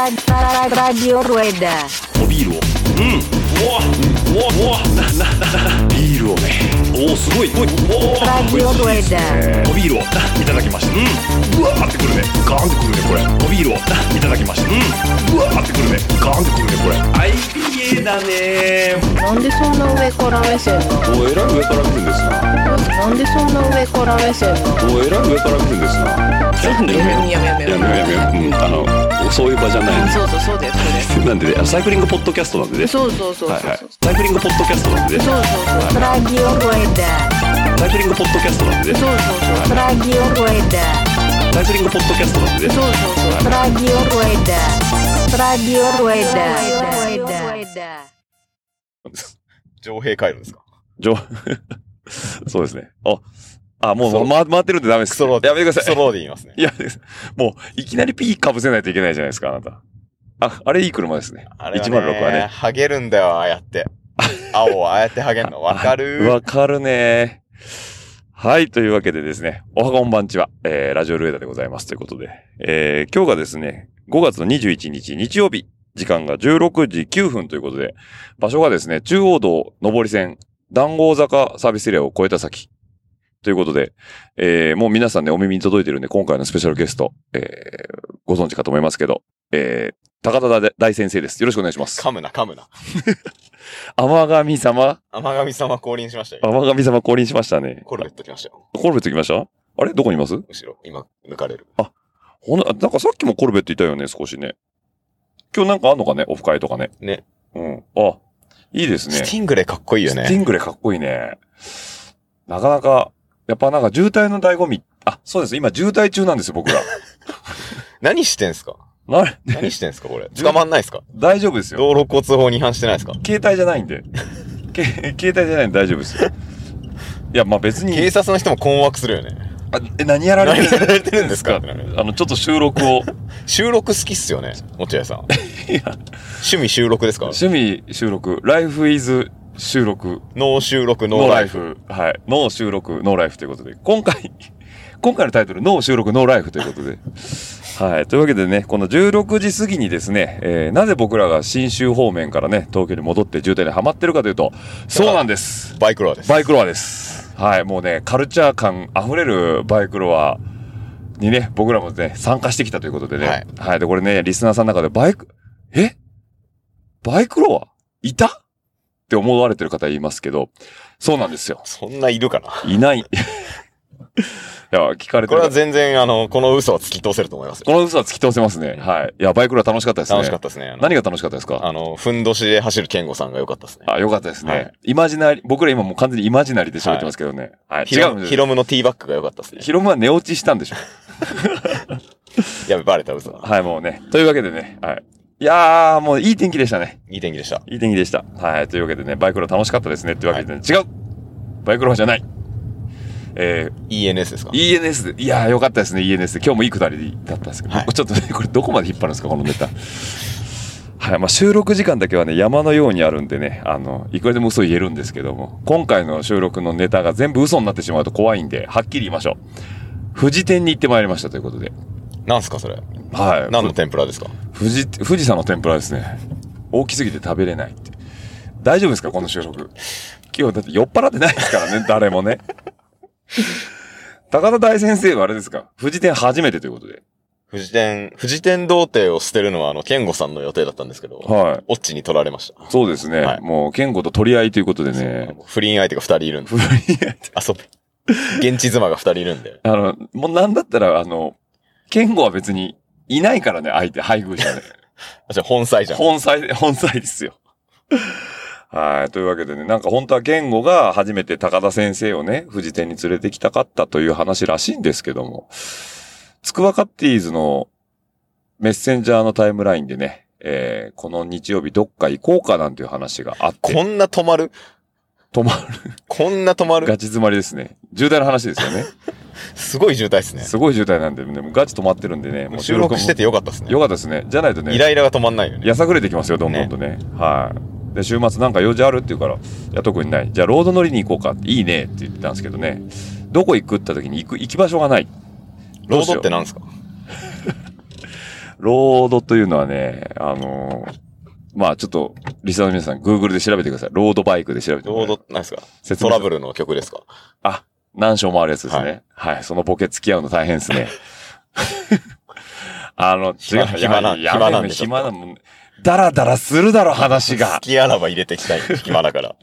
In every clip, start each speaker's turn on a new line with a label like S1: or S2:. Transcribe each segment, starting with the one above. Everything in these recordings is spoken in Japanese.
S1: Radio Rueda.
S2: おビールを
S3: うわうわなな
S2: ビールをね
S3: おおすごいおいおお
S1: Radio Rueda.
S2: おビールをないただきましたうんうわーってくるねガーンってくるねこれおビールをないただきましたうんうわーってくるねガーンってくるねこれ
S3: IPA だね
S4: なんでそんな上から目線なの
S3: おえらい上から来るんですな
S4: なんでそんな上から目線なの
S3: おえらい上から来るんですなちょっとねやめ
S4: やめやめ
S3: やめやめやめうんあのそういう場じゃない
S4: そうそうそうだよ
S3: なんでねサイクリングポッドキャストなんでね
S4: それそうそうそうそう
S3: はい
S4: そう
S3: はい
S4: そう
S3: サイクリングポッドキャストなんでね
S4: そうそう
S1: Radio Rueda.
S3: サイクリングポッドキャストなんでね
S4: そうそうそう
S1: Radio Rueda.
S3: サイクリングポッドキャストなんでね
S1: Radio Rueda. Radio Rueda. Radio Rueda.
S5: 上平回路ですか
S3: 上 そうですねああもう
S5: そう
S3: 回回ってるんでダメで
S5: ク
S3: す
S5: ソローで。
S3: やめてくださ
S5: クソ
S3: い
S5: ローで言 いますね。
S3: いや、もう、いきなりピーかぶせないといけないじゃないですか、あなた。あ、あれいい車ですね。
S5: あれはね、
S3: 106はね。
S5: ハゲるんだよ、ああや って。青をああやってハゲんの。わかる
S3: わかるね。はい。というわけでですね、おはこんばんちは、えー、ラジオルエダでございます。ということで、えー、今日がですね、5月の21日、日曜日、時間が16時9分ということで、場所がですね、中央道上り線、談合坂サービスエリアを越えた先。ということで、えー、もう皆さんね、お耳に届いてるんで、今回のスペシャルゲスト、えー、ご存知かと思いますけど、えー、高田大先生です。よろしくお願いします。
S5: 噛むな、噛むな。
S3: 天神様、
S5: 天神様降臨しましたよ。
S3: 天神様降臨しましたね。
S5: コルベット来ましたよ。
S3: コルベット行きましたあれどこにいます
S5: 後ろ。今、抜かれる。
S3: ほな、なんかさっきもコルベットいたよね、少しね。今日なんかあんのかねオフ会とかね。
S5: ね。
S3: うん。あ、いいですね。
S5: スティングレーかっこいいよ
S3: スティ
S5: ね。
S3: ングレーかっこいいね。なかなか、やっぱなんか渋滞の醍醐味。あ、そうです。今渋滞中なんですよ、 僕ら。
S5: 何してんすか
S3: な、
S5: 何してんすか これ。捕まんないっすか
S3: 大丈夫ですよ。
S5: 道路交通法に違反してないですか
S3: 携帯じゃないんで。け携帯じゃないんで大丈夫ですよ。いや、まあ別に。
S5: 警察の人も困惑するよね。
S3: あえ何やられてる
S5: 何やられてるんですか
S3: あの、ちょっと収録を。
S5: 収録好きっすよね、落合さん。 趣味収録ですか
S3: 趣味収録、ライフイズ収録、
S5: ノー収録、ノ
S3: ノ
S5: ー
S3: ー
S5: ラ
S3: ラ
S5: イ
S3: イ
S5: フ。
S3: フ。はい。ノー収録、ノーライフということで、今回、 今回のタイトル、ノー収録、ノーライフということで。はい。というわけでね、この16時過ぎにですね、えーなぜ僕らが新州方面からね、東京に戻って渋滞にはまってるかというと、そうなんです。
S5: バイクロアです。
S3: バイクロアです。はい。もうね、カルチャー感溢れるバイクロアにね、僕らもね、参加してきたということでね。
S5: は
S3: はいい。で、これね、リスナーさんの中でバイク、えバイクロアいたって思われてる方いますけど、そうなんですよ。
S5: そんないるかない
S3: ない。い や、聞かれてる
S5: これは
S3: 方。
S5: 全然、あの、この嘘は突き通せると思いますよ
S3: この嘘は突き通せますね。はい。いや、バイクロア楽しかったですね。
S5: 楽しかったですね。あの
S3: 何が楽しかったですか
S5: あの、ふんどしで走る健吾さんが良かったですね。
S3: あ、よかったですね。
S5: はい
S3: イマジナリ、僕ら今もう完全にイマジナリで喋ってますけどね。はい。
S5: ヒ
S3: 違う
S5: ロ
S3: んで
S5: ム
S3: す
S5: ヒ
S3: よ。
S5: ロムのティーバッグが良かったですね。
S3: ヒロムは寝落ちしたんでしょ
S5: やべ、バレた嘘だ。
S3: はい、もうね。というわけでね、はい。いやー、もういい天気でしたね。
S5: いい天気でした。
S3: いい天気でした。はい。というわけでね、バイクロ楽しかったですね。というわけでね、違うバイクロじゃない。え
S5: ENS ですか
S3: ー、ENS で。いやー、よかったですね、ENS で。今日もいいくだりだったんですけど、
S5: はい
S3: ちょっとね、これどこまで引っ張るんですか、このネタ。はい。まあ、収録時間だけはね、山のようにあるんでね、あの、いくらでも嘘言えるんですけども、今回の収録のネタが全部嘘になってしまうと怖いんで、はっきり言いましょう。富士店に行ってまいりましたということで。
S5: なんすかそれ。
S3: はい。
S5: 何の天ぷらですか
S3: 富士、富士山の天ぷらですね。大きすぎて食べれないって。大丈夫ですかこの収録。今日だって酔っ払ってないですからね、誰もね。高田大先生はあれですか富士店初めてということで。
S5: 富士店、富士店童貞を捨てるのは、あの、健吾さんの予定だったんですけど、
S3: はい。
S5: オッチに取られました。
S3: そうですね。
S5: はい
S3: もう、健吾と取り合いということでね。
S5: 不倫相手が二人いるんで、
S3: 不倫
S5: 遊び。現地妻が二人いるんで。
S3: あの、もうなんだったら、あの、健吾は別にいないからね、相手、配偶者で。
S5: あ、じゃあ本妻じゃん。
S3: 本妻、本妻ですよ。はい。というわけでね、なんか本当は言語が初めて高田先生をね、富士店に連れてきたかったという話らしいんですけども、つくばカッティーズのメッセンジャーのタイムラインでね、えーこの日曜日どっか行こうかなんていう話があって、
S5: こんな止まる
S3: 止ま
S5: こんな止ま
S3: る、
S5: る
S3: ガチ詰まりですね。重大な話ですよね。
S5: すごい渋滞 ですね。
S3: すごい重大なんで、ね、もうガチ止まってるんでね、もう
S5: 収録して
S3: て。
S5: てよかったですね
S3: よ。かったですね。じゃないとね、
S5: イライラが止まんないよね。
S3: やさぐれてきますよ、どんどんとね。はい。で、週末なんか用事あるって言うから、いや、特にない。じゃあ、ロード乗りに行こうかって、いいねって言ってたんですけどね。どこ行くって言った時に行く、行き場所がない。
S5: ロードって
S3: な
S5: 何すか
S3: ロードというのはね、あのーまあちょっと、リスナーの皆さん、Google で調べてください。ロードバイクで調べてくださ
S5: ロ
S3: い。
S5: ード、なんですか
S3: 説
S5: ト
S3: 明
S5: ラブルの曲ですか
S3: あ、何章もあるやつですね。はい、そのボケ付き合うの大変です ね。あの、
S5: 暇
S3: 違う
S5: 暇な
S3: や
S5: 暇なん
S3: め
S5: でちょっと
S3: 暇なもん。だらだらするだろ、話が
S5: 好。きあらば入れていきたい。暇だ から。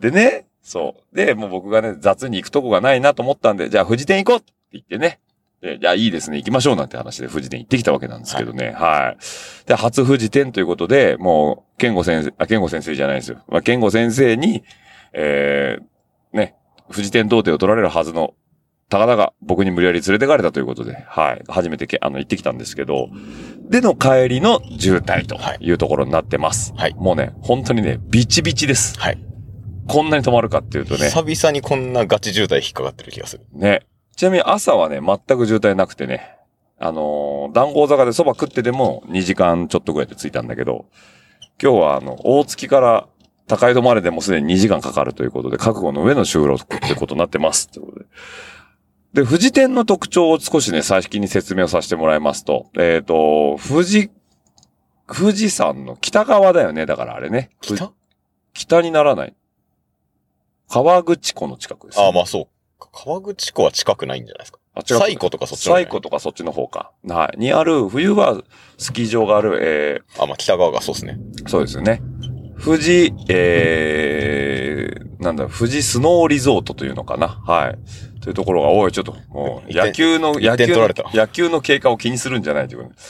S3: でね、そう。で、もう僕がね、雑に行くとこがないなと思ったんで、じゃあ富士店行こうって言ってね。でじゃあいいですね、行きましょうなんて話で富士店行ってきたわけなんですけどね。はい。で、初富士店ということで、もう、健吾先生、あ、健吾先生じゃないですよ。まあ、健吾先生に、えー、ね、富士店童貞を取られるはずの、たかだか僕に無理やり連れてかれたということで、はい。初めてけ、あの、行ってきたんですけど、での帰りの渋滞と
S5: はい
S3: いうところになってます。
S5: はい
S3: もうね、本当にね、ビチビチです。
S5: はい。
S3: こんなに止まるかっていうとね。
S5: 久々にこんなガチ渋滞引っかかってる気がする。
S3: ね。ちなみに朝はね、全く渋滞なくてね。あのー、談合坂で蕎麦食ってでも2時間ちょっとぐらいで着いたんだけど、今日はあの、大月から高井戸まででもうすでに2時間かかるということで、覚悟の上の収録ってことになってます。ということで。で、富士店の特徴を少しね、最近に説明をさせてもらいますと、えっ、と、富士、富士山の北側だよね。だからあれね。
S5: 北あ
S3: 北にならない。川口湖の近くです、
S5: あ、まあそうか。川口湖は近くないんじゃないですか。
S3: あ違う
S5: 西湖とかそっち
S3: サ
S5: の方じゃ
S3: イ
S5: ない
S3: コとかそっちの方か。はい。にある、冬はスキー場がある、
S5: あ、まあ北側がそうですね。
S3: えー、そうですよね。富士、えー、なんだ、富士スノーリゾートというのかな。はい。というところが、おい、ちょっと、もう、
S5: 一点
S3: 野球の、野
S5: 一点
S3: 球
S5: 取
S3: の
S5: られた、
S3: 野球の経過を気にするんじゃないということで。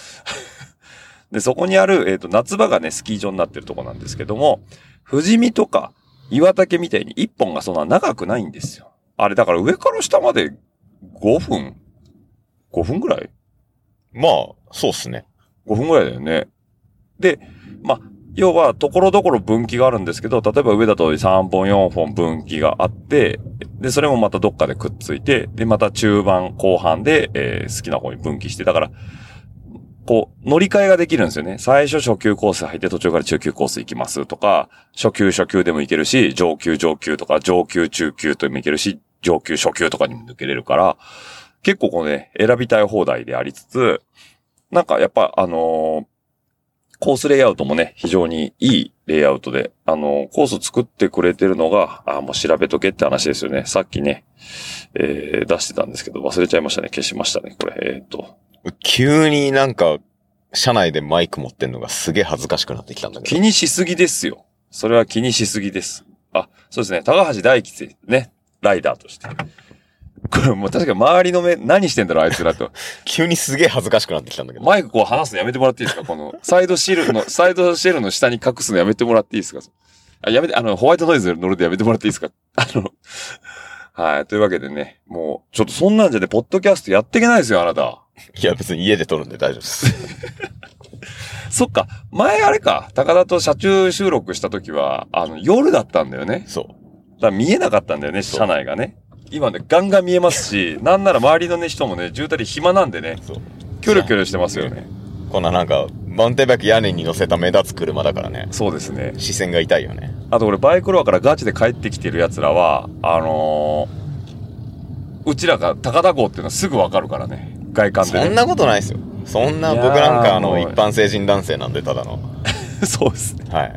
S3: で、そこにある、えっ、と、夏場がね、スキー場になってるとこなんですけども、富士見とか岩竹みたいに一本がそんな長くないんですよ。あれ、だから上から下まで5分 ?5 分ぐらい
S5: まあ、そうですね。
S3: 5分ぐらいだよね。で、まあ、要は、ところどころ分岐があるんですけど、例えば上だと3本4本分岐があって、で、それもまたどっかでくっついて、で、また中盤後半で、えー好きな方に分岐して、だから、こう、乗り換えができるんですよね。最初初級コース入って途中から中級コース行きますとか、初級初級でも行けるし、上級上級とか、上級中級とも行けるし、上級初級とかにも抜けれるから、結構こうね、選びたい放題でありつつ、なんかやっぱあのーコースレイアウトもね、非常にいいレイアウトで、あのーコース作ってくれてるのが、あーもう調べとけって話ですよね。さっきね、えー出してたんですけど、忘れちゃいましたね。消しましたね、これ。えーっと、
S5: 急になんか、車内でマイク持ってんのがすげえ恥ずかしくなってきたんだけ
S3: 気
S5: ど。
S3: にしすぎですよ。それは気にしすぎです。あ、そうですね。高橋大吉ね、ライダーとして。これもう確かに周りの目、何してんだろう、あいつらと。
S5: 急にすげえ恥ずかしくなってきたんだけど。
S3: マイクこう離すのやめてもらっていいですかこの、サイドシールの、サイドシェルの下に隠すのやめてもらっていいですかあやめて、あの、ホワイトノイズ乗るでやめてもらっていいですか あの、はい。というわけでね、もう、ちょっとそんなんじゃね、ポッドキャストやっていけないですよ、あなた。
S5: いや、別に家で撮るんで大丈夫 です。
S3: そっか、前あれか、高田と車中収録した時は、あの、夜だったんだよね。
S5: そう。
S3: だから見えなかったんだよね、
S5: そう
S3: 車内がね。今ね、ガンガン見えますし、なんなら周りのね、人もね、渋滞で暇なんでね、
S5: そう。
S3: キョロキョロしてますよね。
S5: こんななんか、マウンテンバイク屋根に乗せた目立つ車だからね。
S3: そうですね。
S5: 視線が痛いよね。
S3: あと俺バイクロアからガチで帰ってきてる奴らは、あのーうちらが高田号っていうのはすぐわかるからね。外観でね。
S5: そんなことないですよ。そんない
S3: やー
S5: 僕なんかあの
S3: も
S5: 一
S3: う
S5: 般成人男性なんでただの。
S3: そうですね。
S5: はい。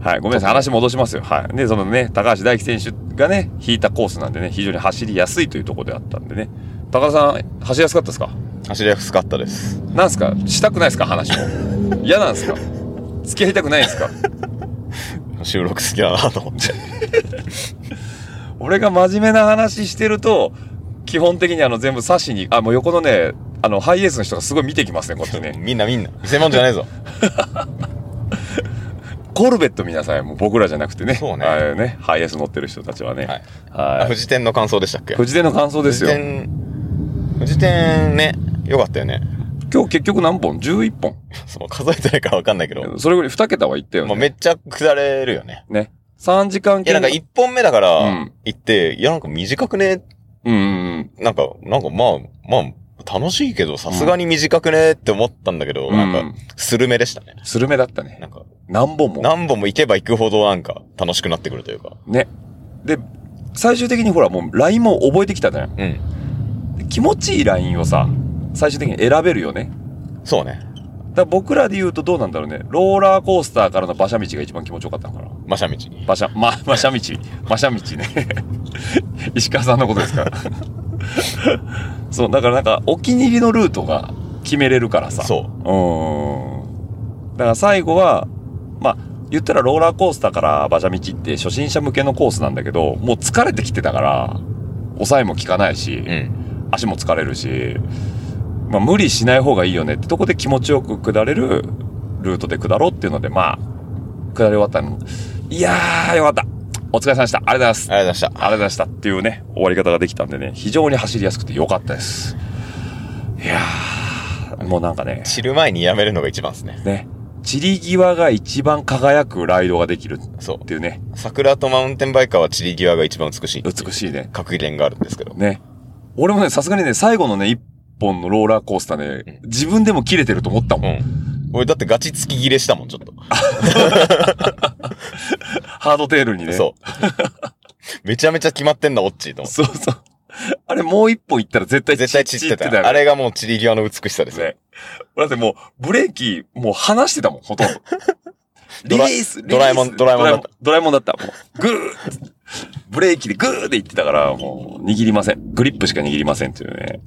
S3: はい。ごめんなさい。話戻しますよ。はい。で、そのね、高橋大輝選手がね、引いたコースなんでね、非常に走りやすいというところであったんでね。高田さん、走りやすかったですか
S5: 走りやすかったです。
S3: なんすかしたくないですか話を。 嫌なんですか付き合いたくないんですか
S5: 収録好きだなと思って。
S3: 俺が真面目な話してると、基本的にあの全部刺しに、あ、もう横のね、あの、ハイエースの人がすごい見てきますね、こっち ね。
S5: みんなみんな。見せ物じゃねえぞ。
S3: コルベット見なさい。もう僕らじゃなくてね。
S5: そうね
S3: ああいうね。ハイエース乗ってる人たちはね。
S5: はい。あ
S3: はい。
S5: 富士店の感想でしたっけ
S3: 富士店の感想ですよ。
S5: 富士店、富士店ね、よかったよね。
S3: 今日結局何本 ?11 本。
S5: そう、数えてないからわかんないけど、
S3: それより2桁は行ったよ
S5: まあ、
S3: ね。
S5: めっちゃ下れるよね。
S3: ね。3時間
S5: いや、なんか1本目だから
S3: うん、
S5: 行って、いや、なんか短くね
S3: うんうんうん。
S5: なんか、なんかまあ、まあ、楽しいけど、さすがに短くねって思ったんだけど、
S3: うん
S5: なんか、スルメでしたね。
S3: スルメだったね。
S5: なんか、
S3: 何本も。
S5: 何本も行けば行くほどなんか、楽しくなってくるというか。
S3: ね。で、最終的にほらもうラインも覚えてきたじゃん。
S5: うん。
S3: で気持ちいいラインをさ、最終的に選べるよね。
S5: そうね。
S3: から僕らで言うとどうなんだろうね。ローラーコースターからの馬車道が一番気持ちよかったのかな。
S5: 馬車道。
S3: 馬車、ま、馬車道。馬車道ね。 石川さんのことですから。 そう、だからなんか、お気に入りのルートが決めれるからさ。。
S5: そ
S3: う
S5: う
S3: ん。だから最後は、まあ、言ったらローラーコースターから馬車道って初心者向けのコースなんだけど、もう疲れてきてたから、抑えも効かないし、
S5: うん。
S3: 足も疲れるし、まあ、無理しない方がいいよねってとこで気持ちよく下れるルートで下ろうっていうので、まあ、下り終わったの。いやー、よかった。お疲れ様でした。ありがとうございます。あり
S5: ありがとうございま
S3: がとうございました。っていうね、終わり方ができたんでね、非常に走りやすくてよかったです。いやー、もうなんかね
S5: した。、知る前にやめるのが一番ですね。
S3: ね、散り際が一番輝くライドができるっ
S5: そう。
S3: ていうね、
S5: 桜とマウンテンバイカーは散り際が一番美しい。
S3: 美しいね。
S5: 格言があるんですけど。
S3: ね。俺もね、さすがにね、最後のね、一本のローラーコースターね、自分でも切れてると思ったもん
S5: う。ん。俺だってガチ突き切れしたもん、ちょっと。
S3: ハードテールにね。
S5: そう。 めちゃめちゃ決まってんな、オッチーと思っ
S3: そ
S5: て。
S3: うそう。あれもう一本行ったら絶対
S5: 絶対散ってた。
S3: よね
S5: あれがもう散り際の美しさですよ。
S3: ね。俺だってもう、ブレーキ、もう離してたもん、ほとんど。リ
S5: ド
S3: リ
S5: ラ
S3: ース、
S5: ドラえもん
S3: リリース
S5: ドラえもんだった
S3: ドラえもんだった。もう、グーッブレーキでグーって言ってたから、もう、握りません。グリップしか握りませんっていうね。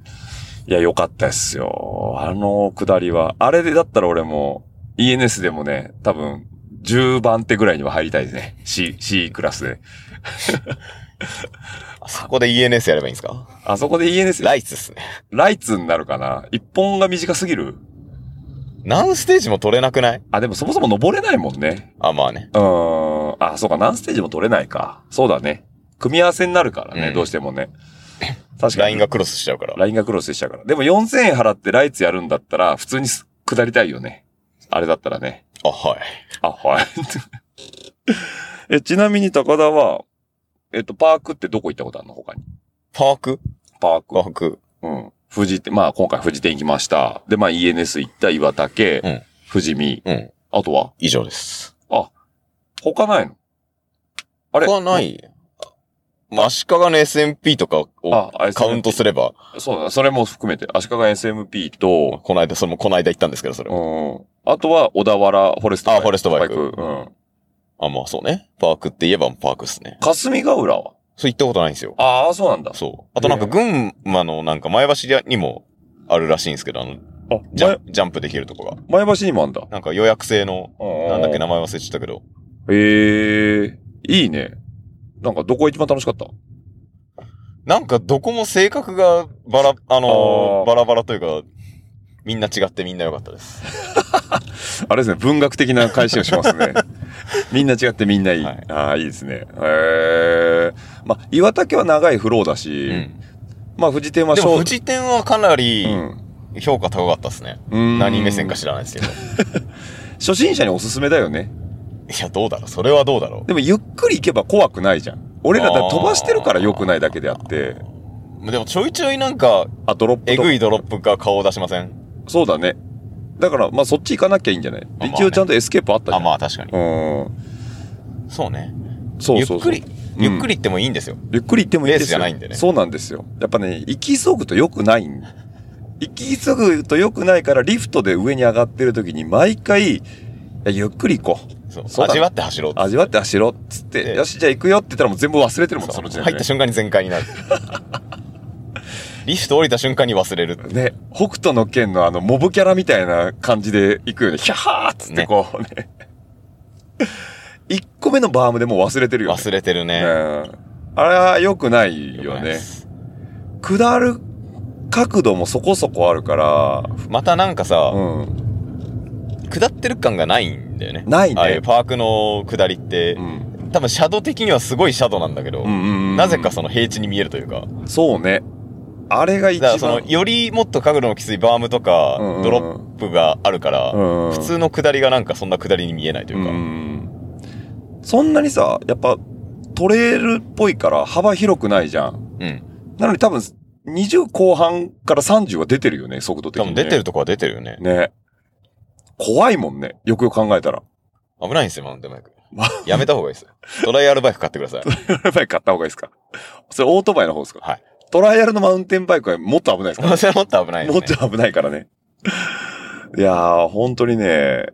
S3: いや、よかったですよ。あの下りは。あれでだったら俺も、ENS でもね、多分、10番手ぐらいには入りたいですね。C、C クラスで。
S5: あそこで ENS やればいいんですか
S3: あそこで ENS、
S5: ライツっすね。
S3: ライツになるかな一本が短すぎる
S5: 何ステージも取れなくない
S3: あ、でもそもそも登れないもんね。
S5: あ、まあね。
S3: うーん。あ、そうか、何ステージも取れないか。そうだね。組み合わせになるからね、
S5: うん
S3: どうしても ね。確かに。
S5: ラインが。クロスしちゃうから。
S3: ラインがクロスしちゃうから。でも4000円払ってライツやるんだったら、普通にす下りたいよね。あれだったらね。
S5: あ、はい。
S3: あ、はい。 え、ちなみに高田は、えっと、パークってどこ行ったことあるの他に。
S5: パーク
S3: パーク
S5: パ。ーク。
S3: うん。富士店、まあ今回富士店行きました。で、まあ ENS 行った岩竹、
S5: うん
S3: 富士見。
S5: うん。
S3: あとは
S5: 以上です。
S3: 他ないのあ
S5: あ
S3: れ
S5: 他ない。まあ、足利の SMP とかを
S3: あ、あ
S5: カウントすれば、
S3: そうだ、それも含めて、足利 SMP と、
S5: この間、それもこの間行ったんですけど、それ
S3: う
S5: も。
S3: ん。あとは小田原フォレスト
S5: あフォレストバイク
S3: うん。
S5: あ、まあそうね。パークって言えばパークっすね。
S3: 霞ヶ浦は
S5: そう行ったことないんですよ。
S3: ああ、そうなんだ。
S5: そう。あとなんか
S3: ね
S5: 群馬のなんか前橋にもあるらしいんですけど、あの、
S3: あ、
S5: ジャンジャンプできるとこが。
S3: 前前橋にもあんだ。
S5: なんか予約制の、な
S3: なん
S5: だっけ、名前忘れちゃったけど。
S3: へえ、いいね。なんかどこが一番楽しかった
S5: なんかどこも性格がバラ、あのー
S3: あー
S5: バラバラというか、みんな違ってみんな良かったです。
S3: あれですね、文学的な返しをします ね。みんな違ってみんないい。
S5: はい
S3: ああ、いいですね。へえ。まあ、岩竹は長いフローだし、
S5: うん。
S3: まあ、富士店は
S5: で
S3: ショー
S5: も、富士店はかなり
S3: うん
S5: 評価高かったですね。
S3: うん
S5: 何目線か知らないですけど。い
S3: 初心者におすすめだよね。
S5: や、どうだろうそれはどうだろ
S3: でもゆっくり行けば怖くないじゃん。俺らだ飛ばしてるから良くないだけであって、
S5: う。でも、ちょいちょいなんか、
S3: あ、ドロップと
S5: えぐいドロップが顔を出しません
S3: そうだね。だから、まあそっち行かなきゃいいんじゃない
S5: あ
S3: 一応ちゃんとエスケープあったじゃ
S5: あ、
S3: ん。
S5: まあ確かに。
S3: うん。
S5: そうね。
S3: そうそうそう。
S5: ゆっくり、ゆっくり行ってもいいんですよ。
S3: ゆっくり行ってもいいんですよ。
S5: レースじゃないんでね
S3: そうなんですよ。やっぱね、行き急ぐと良くないん。行き急ぐと良くないから、リフトで上に上がってる時に、毎回、いやゆっくり行こう。
S5: そう
S3: そうだ
S5: 味わって走ろうっつって
S3: 味わって走ろう。っつって、
S5: で
S3: よし、じゃあ行くよって言ったらもう全部忘れてるもん、
S5: そ
S3: そうの時点で
S5: 入
S3: ね
S5: った瞬間に全開になる。リフト降りた瞬間に忘れるって。
S3: ね、北斗の剣のあの、モブキャラみたいな感じで行くよね。ヒャハーっつってこうね。1個目のバームでもう忘れてるよね。
S5: 忘れてるね。
S3: うんあれは良くないよね。下る角度もそこそこあるから、
S5: またなんか
S3: う
S5: さ、
S3: ん。
S5: 下ってる感がないんだよね。
S3: ないね
S5: ああいうパークの下りって
S3: う、ん。
S5: 多分シャドウ的にはすごいシャドウなんだけど
S3: うんう、んうん
S5: なぜかその平地に見えるというか。
S3: そうね。あれが一
S5: だから
S3: 番。
S5: その、よりもっと角度のきついバームとか
S3: うんうんうん、
S5: ドロップがあるから、
S3: うん
S5: 普通の下りがなんかそんな下りに見えないというか。
S3: うん。そんなにさ、やっぱ、トレイルっぽいから幅広くないじゃん。
S5: うん。
S3: なのに多分、20後半から30は出てるよね、速度的
S5: 多
S3: に、ね。
S5: 分出てるとこは出てるよね。
S3: ね。怖いもんね。よくよく考えたら。
S5: 危ないんですよ、マウンテンバイク
S3: ま。
S5: やめた方がいいですよ。トライアルバイク買ってく ださい。
S3: トライアルバイク買った方がいいですかそれオートバイの方ですか
S5: はい。
S3: トライアルのマウンテンバイクはもっと危ないですから、
S5: それはもっと危ないです
S3: も
S5: ね。
S3: っと危ないからね。いやー、本当にね、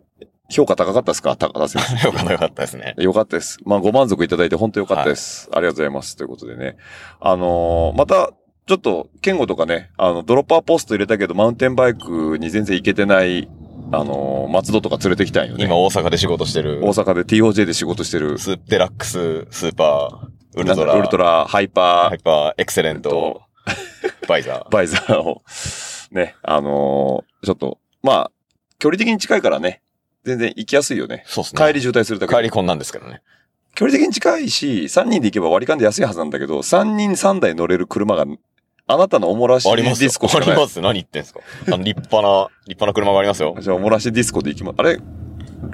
S3: 評価高かったですか高田先生。
S5: よかったよかったですね。
S3: よかったです。 まあ、ご満足いただいて本当よかったです。ありがとうございます。ということでね。あのーまた、ちょっと、ケンゴとかね、あの、ドロッパーポスト入れたけど、マウンテンバイクに全然行けてない、あのー松戸とか連れてきたんよね。
S5: 今大阪で仕事してる
S3: 大、阪で TOJ で仕事してる、
S5: スデラックス、スーパー、ウル
S3: なん
S5: ト
S3: だ
S5: ラ、
S3: ウルトラ、ハイ
S5: ハ
S3: パ
S5: イパー、エクセレン
S3: ー、と
S5: ト、、バイザー。
S3: バイザーを、ね、あのーちょっと、まあ、距離的に近いからね、全然行きやすいよね。
S5: そうっすね。
S3: 帰り渋滞するだけで
S5: 帰りこんなんですけどね。
S3: 距離的に近いし、3人で行けば割り勘で安いはずなんだけど、3人3台乗れる車が、あなたのおもらし
S5: あ
S3: デ
S5: ります
S3: ィ
S5: よ
S3: スコしか
S5: あり
S3: ない。
S5: ます何言ってんすかあの、立派な、立派な車がありますよ。
S3: じゃあ、おもらしディスコで行きま、あれ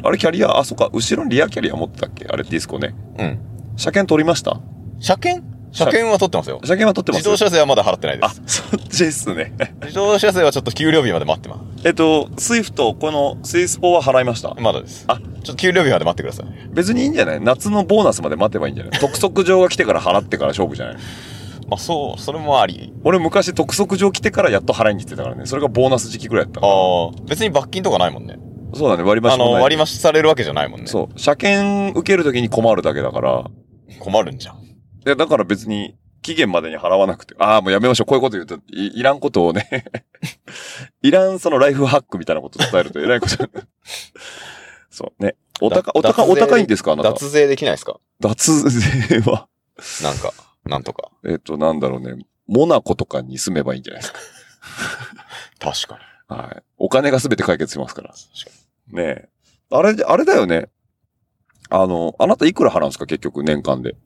S3: あれキャリアあ、そっか、後ろにリアキャリア持ってたっけあれディスコね。
S5: うん。
S3: 車検取りました
S5: 車検車検は取ってますよ。
S3: 車検は取ってます
S5: 自動車税はまだ払ってないで
S3: あ
S5: す。、
S3: そっちですね。
S5: 自動車税はちょっと給料日まで待ってます。
S3: えっと、スイフト、このスイスポは払いました。
S5: まだです。
S3: あ
S5: ちょっと給料日まで待ってください。
S3: 別にいいんじゃない夏のボーナスまで待てばいいんじゃない特則上が来てから払ってから勝負じゃない
S5: まあ、そう、それもあり。
S3: 俺昔特則上来てからやっと払いに行ってたからね。それがボーナス時期ぐらいやったから。
S5: ああ、別に罰金とかないもんね。
S3: そうだね、割り
S5: あ
S3: 箸も
S5: の、
S3: ない
S5: 割増しされるわけじゃないもんね。
S3: そう。車検受けるときに困るだけだから。
S5: 困るんじゃん。
S3: いや、だから別に、期限までに払わなくて。ああ、もうやめましょう。こういうこと言うと、いいらんことをね。 いらんそのライフハックみたいなこと伝えると、えらいこと。そうね。お高、お高、
S5: 脱税
S3: お高いんですかあなた。
S5: 脱税できないですか
S3: 脱税は。
S5: なんか、なんとか。
S3: えっと、なんだろうね。モナコとかに住めばいいんじゃないですか。
S5: 確かに。
S3: はい。お金が全て解決しますから。
S5: 確か
S3: ねえ。あれ、あれだよね。あの、あなたいくら払うんですか結局、年間で。
S5: に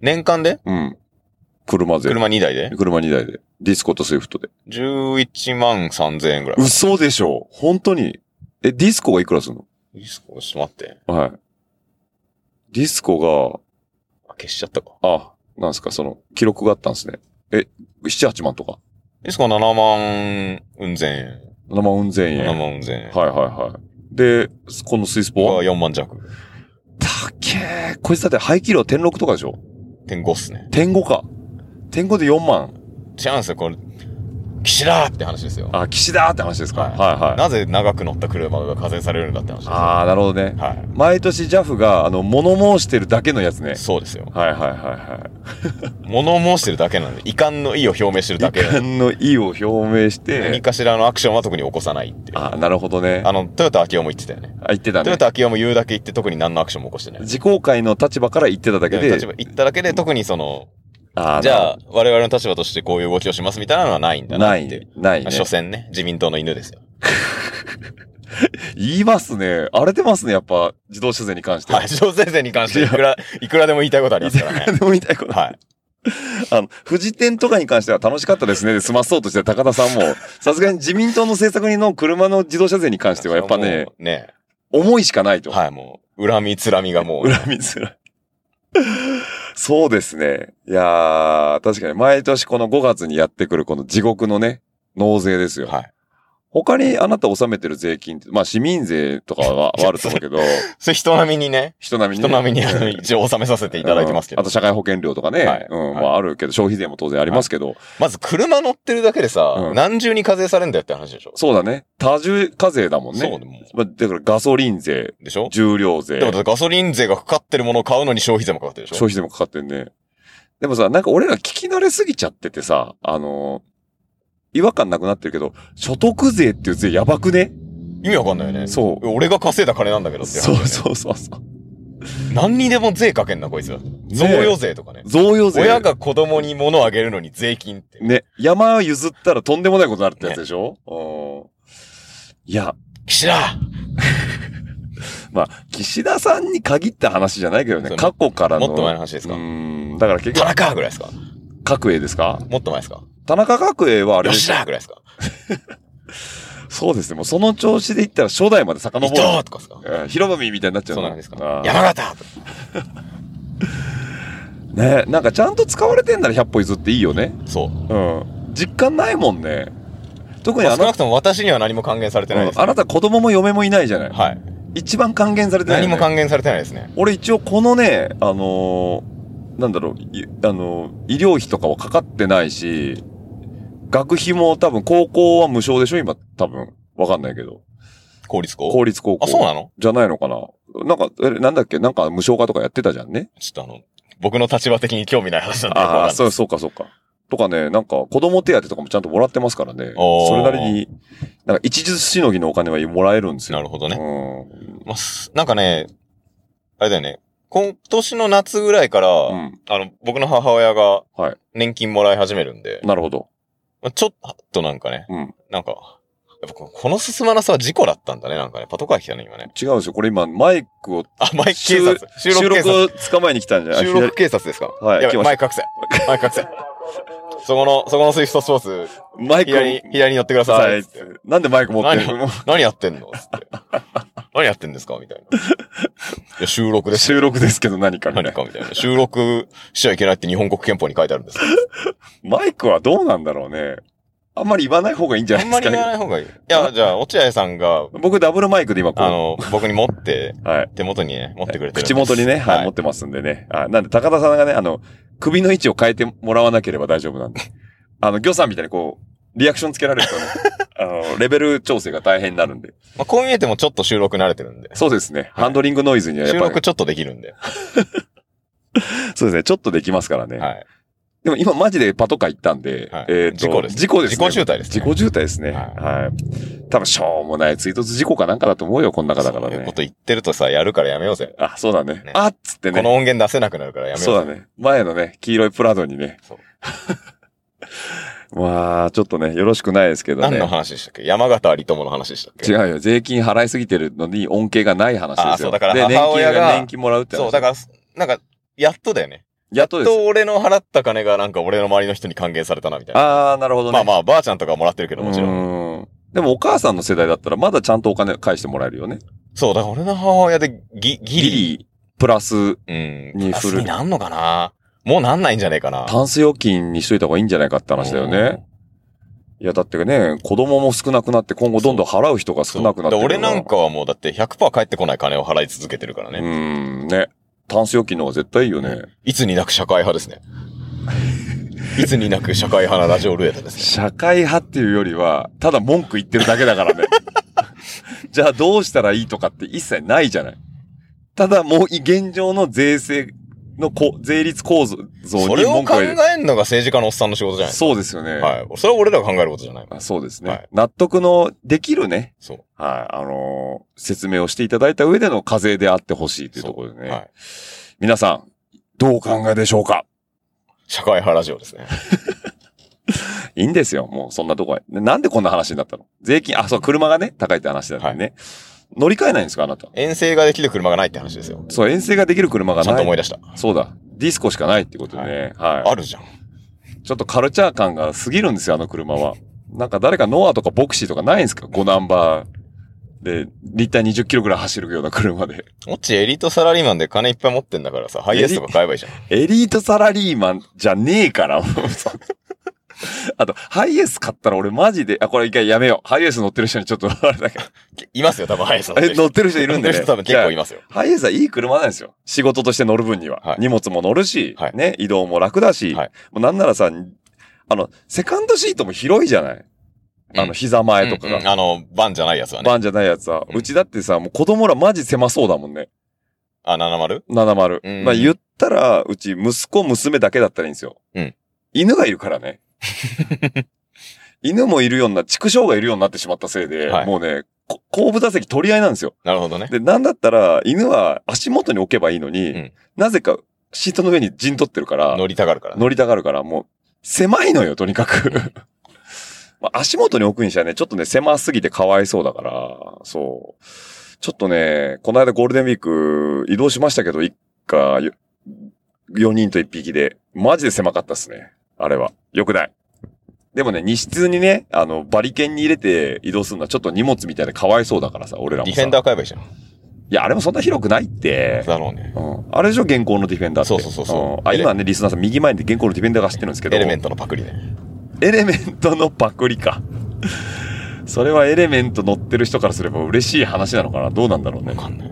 S5: 年間で
S3: うん。車税。
S5: 車2台で
S3: 車2台で。ディスコとスイフトで。
S5: ?11 万3000円ぐらい。
S3: 嘘でしょ本当に。え、ディスコがいくらすんの
S5: ディスコ、ちょっと待って。
S3: はい。ディスコ
S5: あ消しちゃったか。
S3: が、あ、なんですか、その、記録があったんですね。え、7、8万とか。
S5: ディスコは7万運善
S3: 7万運千
S5: 円。
S3: 円。
S5: 7
S3: はい
S5: 万運善円。
S3: はいはい。で、このスイスポ
S5: は
S3: は
S5: 4万弱。
S3: たっけー。こいつだって排気量点6とかでしょ
S5: 点5っすね。
S3: 点5か。点5で4万。
S5: 違うんですよ、これ。岸田って話ですよ。
S3: あ、岸田って話ですか。は
S5: はいい
S3: はい。
S5: なぜ長く乗った車が課税されるんだって話ですよ。
S3: あー、なるほどね。
S5: は
S3: 毎年 JAF が、あの、物申してるだけのやつね
S5: い。。そうですよ。
S3: はいはいはいはい。
S5: 物申してるだけなんで、遺憾の意を表明してるだけ
S3: 遺。憾の意を表明し
S5: 何
S3: て、
S5: かしらのアクションは特に起こさないっていう。
S3: あ、なるほどね。
S5: あの、トヨタ秋夫も言ってたよね。
S3: あ、言ってた
S5: ト
S3: ね
S5: ヨ。タ秋夫も言うだけ言って特に何のアクションも起こしてない。
S3: 自公会の立場から言ってただけで
S5: 立、場言っただけで特にその、
S3: あー
S5: じゃあ、我々の立場としてこういう動きをしますみたいなのはないんだな
S3: な
S5: っていう
S3: い。、ないね
S5: まあ。所詮ね、自民党の犬ですよ。
S3: 言いますね。荒れてますね、やっぱ、自動車税に関しては。
S5: はい、小先生に関していくら、いくらでも言いたいことありますから ね。
S3: でもみたいこと。
S5: はい。
S3: あの、富士店とかに関しては楽しかったですね。で済まそうとして高田さんも、さすがに自民党の政策にの車の自動車税に関しては、やっぱね、
S5: もうね、
S3: 思いしかないと。
S5: はい、もう、恨み、つらみがもう、
S3: 恨みづ らい。 そうですね。いやー、確かに毎年この5月にやってくるこの地獄のね、納税ですよ。
S5: はい。
S3: 他にあなた納めてる税金って、まあ市民税とかははあると思うけど、
S5: それ人並みにね、
S3: 人並みに
S5: 人
S3: ね、
S5: 並みにあの一応納めさせていただいてますけ
S3: うんあ
S5: ど
S3: と、社会保険料とかね、
S5: はい
S3: うん、
S5: はい
S3: まああるけど、消費税も当然ありますけど、
S5: まず車乗ってるだけでさ、
S3: うん
S5: 何重に課税されんだよって話でしょ。
S3: そうだね。多重課税だもんね。
S5: そうでも
S3: まあ、だからガソリン税、
S5: でしょ
S3: 重量税
S5: で、もだってガソリン税がかかってるものを買うのに消費税もかかってるでし
S3: 消
S5: ょ
S3: 費税もかかってんね。でもさ、なんか俺ら聞き慣れすぎちゃっててさ、あのー違和感なくなってるけど、所得税っていう税やばくね
S5: 意味わかんないよね。
S3: そう。
S5: 俺が稼いだ金なんだけどって話だ
S3: そ
S5: よ
S3: う
S5: ね、
S3: そうそうそう。
S5: 何にでも税かけんな、こいつは。贈与税とかね。
S3: 贈与税。
S5: 親が子供に物をあげるのに税金って。
S3: ね、山を譲ったらとんでもないことになるってやつでしょ、うん。いや、
S5: 岸田
S3: まあ、岸田さんに限った話じゃないけどね、
S5: そう
S3: 過去からの。
S5: もっと前の話ですか
S3: うん。だから結
S5: 田
S3: 局、
S5: 中ぐらいですか
S3: 角栄ですか
S5: もっと前ですか
S3: 田中角栄はあれです
S5: 吉田ぐらいですか
S3: そうですね、もうその調子で言ったら初代まで遡
S5: 伊
S3: る。
S5: 藤とかですか
S3: えー広文みたいになっちゃう
S5: そ
S3: の
S5: うなんですか
S3: あー
S5: 山形とか
S3: ねなんかちゃんと使われてんなら100歩譲っていいよね。
S5: そう。
S3: うん。実感ないもんね。特に
S5: まあ
S3: あ
S5: 少な
S3: な
S5: くとも私には何も還元されて
S3: た、
S5: ない
S3: うん
S5: ですね。
S3: あなた子供も嫁もいないじゃない。
S5: はい。
S3: 一番還元されてない、
S5: 何
S3: ね。
S5: も還元されてないですね。
S3: 俺一応このね、あのーなんだろう、いあのー医療費とかはかかってないし、学費も多分高校は無償でしょ今多分。わかんないけど。
S5: 公立校
S3: 公立高校。
S5: あ、そうなの
S3: じゃないのかななんか、えなんだっけなんか無償化とかやってたじゃんね。
S5: ちょっとあの、僕の立場的に興味ない話なんで。
S3: ああ、そう、
S5: う。
S3: そうか、そうか。とかね、なんか、子供手当とかもちゃんともらってますからね。
S5: おー
S3: それなりに、なんか、一日しのぎのお金はもらえるんですよ。
S5: なるほどね。
S3: うん。
S5: まあすなんかね、あれだよね。今年の夏ぐらいから、
S3: うん。
S5: あの、僕の母親が
S3: はい、
S5: 年金もらい始めるんで、
S3: なるほど。
S5: まあちょっとなんかね、
S3: うん。
S5: なんか、やっぱこのこの進まなさは事故だったんだね、なんかね。パトカー来たね、今ね。
S3: 違うんですよ。これ今、マイクを、
S5: あ、マイク警
S3: 収
S5: 察。収録警察。
S3: を捕まえに来たんじゃない
S5: 収録警察ですか
S3: はい
S5: やば
S3: 来
S5: い
S3: ま
S5: マ
S3: し
S5: イク隠せ。マイク隠せ。そこの、そこのスイフトスポーツ、
S3: 左マイクを
S5: 左に、左に寄ってくださ
S3: さ
S5: い
S3: い。。なんでマイク持ってる
S5: 何何やってんのつって。何やってんですかみたいな。いや、収録です。
S3: 収録ですけど何かみたい
S5: 何
S3: な
S5: かみたいな。収録しちゃいけないって日本国憲法に書いてあるんです
S3: マイクはどうなんだろうね。あんまり言わない方がいいんじゃな
S5: あ
S3: い
S5: ん
S3: で
S5: ますり
S3: かね。
S5: 言わない方がいい。いや、じゃあ、落合さんが、
S3: 僕ダブルマイクで今こう、
S5: あの、僕に持って、
S3: はい。
S5: 手元にね、持ってくれてるんです。
S3: 口元にね、はい、持ってますんでね。あなんで、高田さんがね、あの、首の位置を変えてもらわなければ大丈夫なんで。あの、魚さんみたいにこう、リアクションつけられ るとね、あの、レベル調整が大変になるんで。
S5: まあ、こう見えてもちょっと収録慣れてるんで。
S3: そうですね。ハンドリングノイズにはや
S5: 収
S3: っぱ
S5: 録
S3: り、
S5: ちょっとできるんで。
S3: そうですね。ちょっとできますからね。
S5: はい。
S3: でも今マジでパトカー行ったんで、
S5: はい
S3: えーと
S5: 事故ですね
S3: 事故ですね。
S5: 事故渋滞ですね
S3: 事故渋滞ですね。
S5: は
S3: はい。多分しょうもない追突事故かなんかだと思うよ、こん中だから
S5: そういう
S3: ね
S5: こ。と言ってるとさ、やるからやめようぜ。
S3: あ、そうだね。
S5: ね
S3: あっつってね。
S5: この音源出せなくなるからやめようぜ。
S3: そうだね。前のね、黄色いプラドにね
S5: そう。
S3: まあ、ちょっとね、よろしくないですけどね。
S5: 何の話でしたっけ山形有友の話でしたっけ
S3: 違うよ。税金払いすぎてるのに恩恵がない話ですよ。
S5: あそうだから
S3: で、年
S5: 母
S3: 金
S5: 親が
S3: 年金もらうって話。
S5: そう、だから、なんか、やっとだよね。
S3: やっとです
S5: と
S3: よ。
S5: 俺の払った金がなんか俺の周りの人に還元されたな、みたいな。
S3: ああ、なるほどね。
S5: まあまあ、ばあちゃんとかはもらってるけど、もちろん。
S3: ろん。でもお母さんの世代だったらまだちゃんとお金返してもらえるよね。
S5: そう、だから俺の母親でギ、ギリ。
S3: プラス、
S5: うん。
S3: にする
S5: プラスになんのかなもうなんないんじゃねえかな。
S3: タンス預金にしといた方がいいんじゃないかって話だよね。いや、だってね、子供も少なくなって今後どんどん払う人が
S5: そ
S3: 少
S5: う。
S3: なくなって
S5: で
S3: る
S5: 俺なんかはもうだって100%返ってこない金を払い続けてるから
S3: う
S5: ね。
S3: ーん、ね。タンス預金の方が絶対いいよね。
S5: いつになく社会派で すね。いつになく社会派なラジオルエダですね。
S3: 社会派っていうよりは、ただ文句言ってるだけだから ね。じゃあどうしたらいいとかって一切ないじゃない。ただもう現状の税制のこ税率構造
S5: そ
S3: に
S5: れを
S3: 文句
S5: 考
S3: を言
S5: え
S3: れる。
S5: んのが政治家のおっさんの仕事じゃない
S3: そうですよね。
S5: はい。それは俺らが考えることじゃない。
S3: あそうですね、
S5: はい
S3: 納得のできるね、
S5: そう。
S3: はい、あのー説明をしていただいた上での課税であってほしいというところでね、
S5: はい。
S3: 皆さん、どうお考えでしょうか
S5: 社会派ラジオですね。
S3: いいんですよ。もうそんなとこは。ねなんでこんな話になったの税金、あ、そう、車がね、高いって話だったね、乗り換えないんですかあなた。
S5: 遠征ができる車がないって話ですよ。
S3: そう、遠征ができる車が
S5: ちゃん
S3: な
S5: と思い
S3: い。
S5: 出した。
S3: そうだ。ディスコしかないってことでね。はい。
S5: あるじゃん。
S3: ちょっとカルチャー感が過ぎるんですよ、あの車は。なんか誰かノアとかボクシーとかないんですか ?5 ナンバーで、立体20キロぐらい走るような車で。
S5: もっちエリートサラリーマンで金いっぱい持ってんだからさ、ハイエースとか買えばいいじゃん。
S3: エリートサラリーマンじゃねえから。も うあと、ハイエース買ったら俺マジで、あ、これ一回やめよう。ハイエース乗ってる人にちょっと、あれだけど。
S5: いますよ、多分ハイエー ス乗ってる
S3: え、
S5: 人。
S3: 乗ってる人いるんで、
S5: 乗
S3: ね。
S5: って 人多分結構いますよ。
S3: ハイエースはいい車なんですよ。仕事として乗る分には。
S5: はい
S3: 荷物も乗るし、
S5: はい
S3: ね、移動も楽だし、
S5: はい
S3: もうなんならさ、あの、セカンドシートも広いじゃないあ
S5: うん
S3: の、膝前とかが。
S5: うんうんあの、バンじゃないやつはね。
S3: バンじゃないやつは、
S5: うん
S3: うちだってさ、もう子供らマジ狭そうだもんね。
S5: あ、70?
S3: 70。
S5: うん
S3: まあ言ったら、うち息子、娘だけだったらいいんですよ。
S5: うん
S3: 犬がいるから ね。犬もいるような、畜生がいるようになってしまったせいで、
S5: はい
S3: もうね、こ後部座席取り合いなんですよ。
S5: なるほどね。
S3: で、なんだったら、犬は足元に置けばいいのに、
S5: うん
S3: なぜかシートの上に陣取ってるから、
S5: 乗りたがるからね。
S3: 乗りたがるから、もう、狭いのよ、とにかく。 まあ、足元に置くにしたらね、ちょっとね、狭すぎてかわいそうだから、そう。ちょっとね、この間ゴールデンウィーク移動しましたけど、一家、よ4人と1匹で、マジで狭かったっすね。あれは。よくない。でもね、荷室にね、あの、バリケンに入れて移動するのはちょっと荷物みたいでかわいそうだからさ、俺らも
S5: デ
S3: さ。
S5: ィフェンダー買えばいいじゃん。
S3: いや、あれもそんな広くないって。
S5: だろうね。
S3: うん、あれでしょ現行のディフェンダーって。
S5: そうそうそうそうん
S3: あ、今ね、リスナーさん右前で現行のディフェンダーが走ってるんですけど。
S5: エレメントのパクリね。
S3: エレメントのパクリか。 それはエレメント乗ってる人からすれば嬉しい話なのかなどうなんだろうね。
S5: わかんない。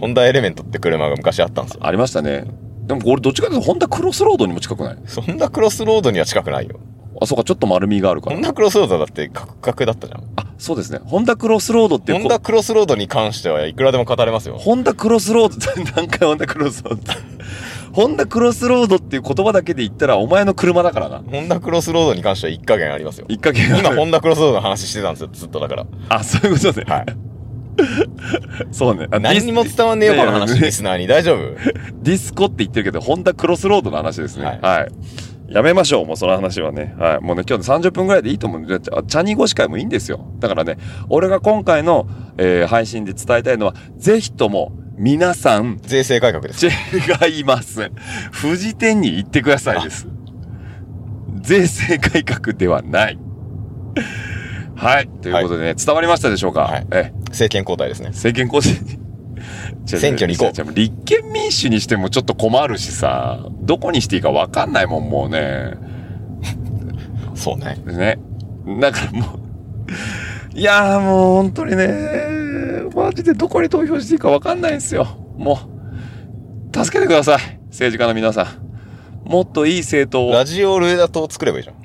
S5: ホンダエレメントって車が昔あったんですよ。
S3: ありましたね。でも俺どっちかというとホンダクロスロードにも近くない
S5: そんなクロスロードには近くないよ。
S3: あ、そうか、ちょっと丸みがあるか
S5: こん
S3: ら。
S5: なクロスロードだってカクカクだったじゃん。
S3: あ、そうですね。ホンダクロスロードっていう
S5: ホ
S3: こ。
S5: ンダクロスロードに関してはいくらでも語れますよ。
S3: ホンダクロスロー ド、何回ホンダクロスロードホンダクロスロードっていう言葉だけで言ったらお前の車だからな。
S5: ホンダクロスロードに関しては一加減ありますよ。
S3: 一か月
S5: 今、ホンダクロスロードの話してたんですよ、ずっとだから。
S3: あ、そう いうことね。
S5: はい。
S3: そうね。あ
S5: 何にも伝わんねえよ、この
S3: いやい
S5: 話。
S3: や
S5: リスナーに。大丈夫
S3: ディスコって言ってるけど、ホンダクロスロードの話ですね。は。
S5: はいい
S3: やめましょう、もうその話はね。はい。もうね、今日の30分ぐらいでいいと思うんで、チャニゴシ会もいいんですよ。だからね、俺が今回の、えー配信で伝えたいのは、ぜひとも、皆さん、
S5: 税制改革です。
S3: 違います。 富士店に行ってくださいです。税制改革ではない。はい。ということでね、伝わりましたでしょうか、
S5: はい
S3: ええ
S5: 政権交代ですね。
S3: 政権更新 に。違う
S5: 選挙に行こう
S3: 違う違う立憲民主にしてもちょっと困るしさ、どこにしていいかわかんないもん、もうね。
S5: そうね。
S3: ね。だからもう、いやーもう本当にね、マジでどこに投票していいかわかんないんですよ。もう、助けてください。政治家の皆さん。もっといい政党を
S5: ラジオルエダ党を作ればいいじゃん。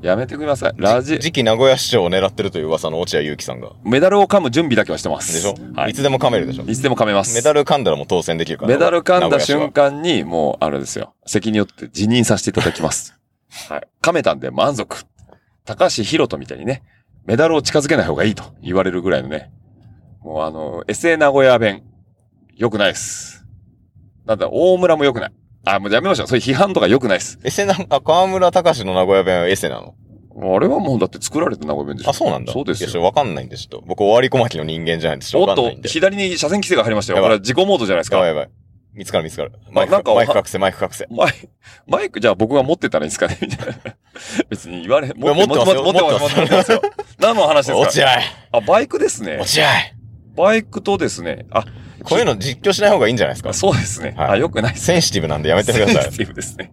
S3: やめてください。ラジ、
S5: 次期名古屋市長を狙ってるという噂の落合祐樹さんが。
S3: メダルを噛む準備だけはしてま。
S5: ですしょ、、
S3: はいい。
S5: つでも噛めるでしょ
S3: いつでも噛めます。
S5: メダル噛んだらもう当選できるから。
S3: メダル噛んだ瞬
S5: 間。
S3: 間に、もう、あれですよ。責任を負って辞任させていただきます。 はい。噛めたんで満足。高橋宏斗みたいにね、メダルを近づけない方がいいと言われるぐらいのね、もうあの、エセ名古屋弁、良くないです。なんだ、大村も良くない。あ、もうやめましょう。そういう批判とか良くないです。
S5: エセな、あ、河村隆の名古屋弁はエセなの
S3: あれはもうだって作られた名古屋弁でしょ。
S5: あ、そうなんだ。
S3: そうです
S5: いや
S3: よ
S5: ちょ。わかんないんで、ちょっと。僕、終わり小牧の人間じゃないんで、ちょっ
S3: お
S5: と
S3: っ
S5: わかんないん
S3: と、
S5: で。
S3: 左に車線規制が入りましたよ。
S5: や
S3: こ
S5: ば
S3: れ
S5: い
S3: は自己モードじゃないです
S5: やばい
S3: か。
S5: やばい。見つかる見つかる。マイク、
S3: なんか
S5: マイク隠せ、マイク隠せ。
S3: マイマイクじゃあ僕が持ってたらいいんですかね みたいな。別に言われ、持
S5: 持ってますよ
S3: 持ってます、持ってます。持ってますよ何の話ですか
S5: 落合
S3: あ、バイクですね。
S5: 落合
S3: バイクとですね。あ、
S5: こういうの実況しない方がいいんじゃないですか
S3: そうですね。
S5: はい
S3: あ、よくないです。
S5: センシティブなんでやめてくださ
S3: セン
S5: い
S3: シ。ティブですね。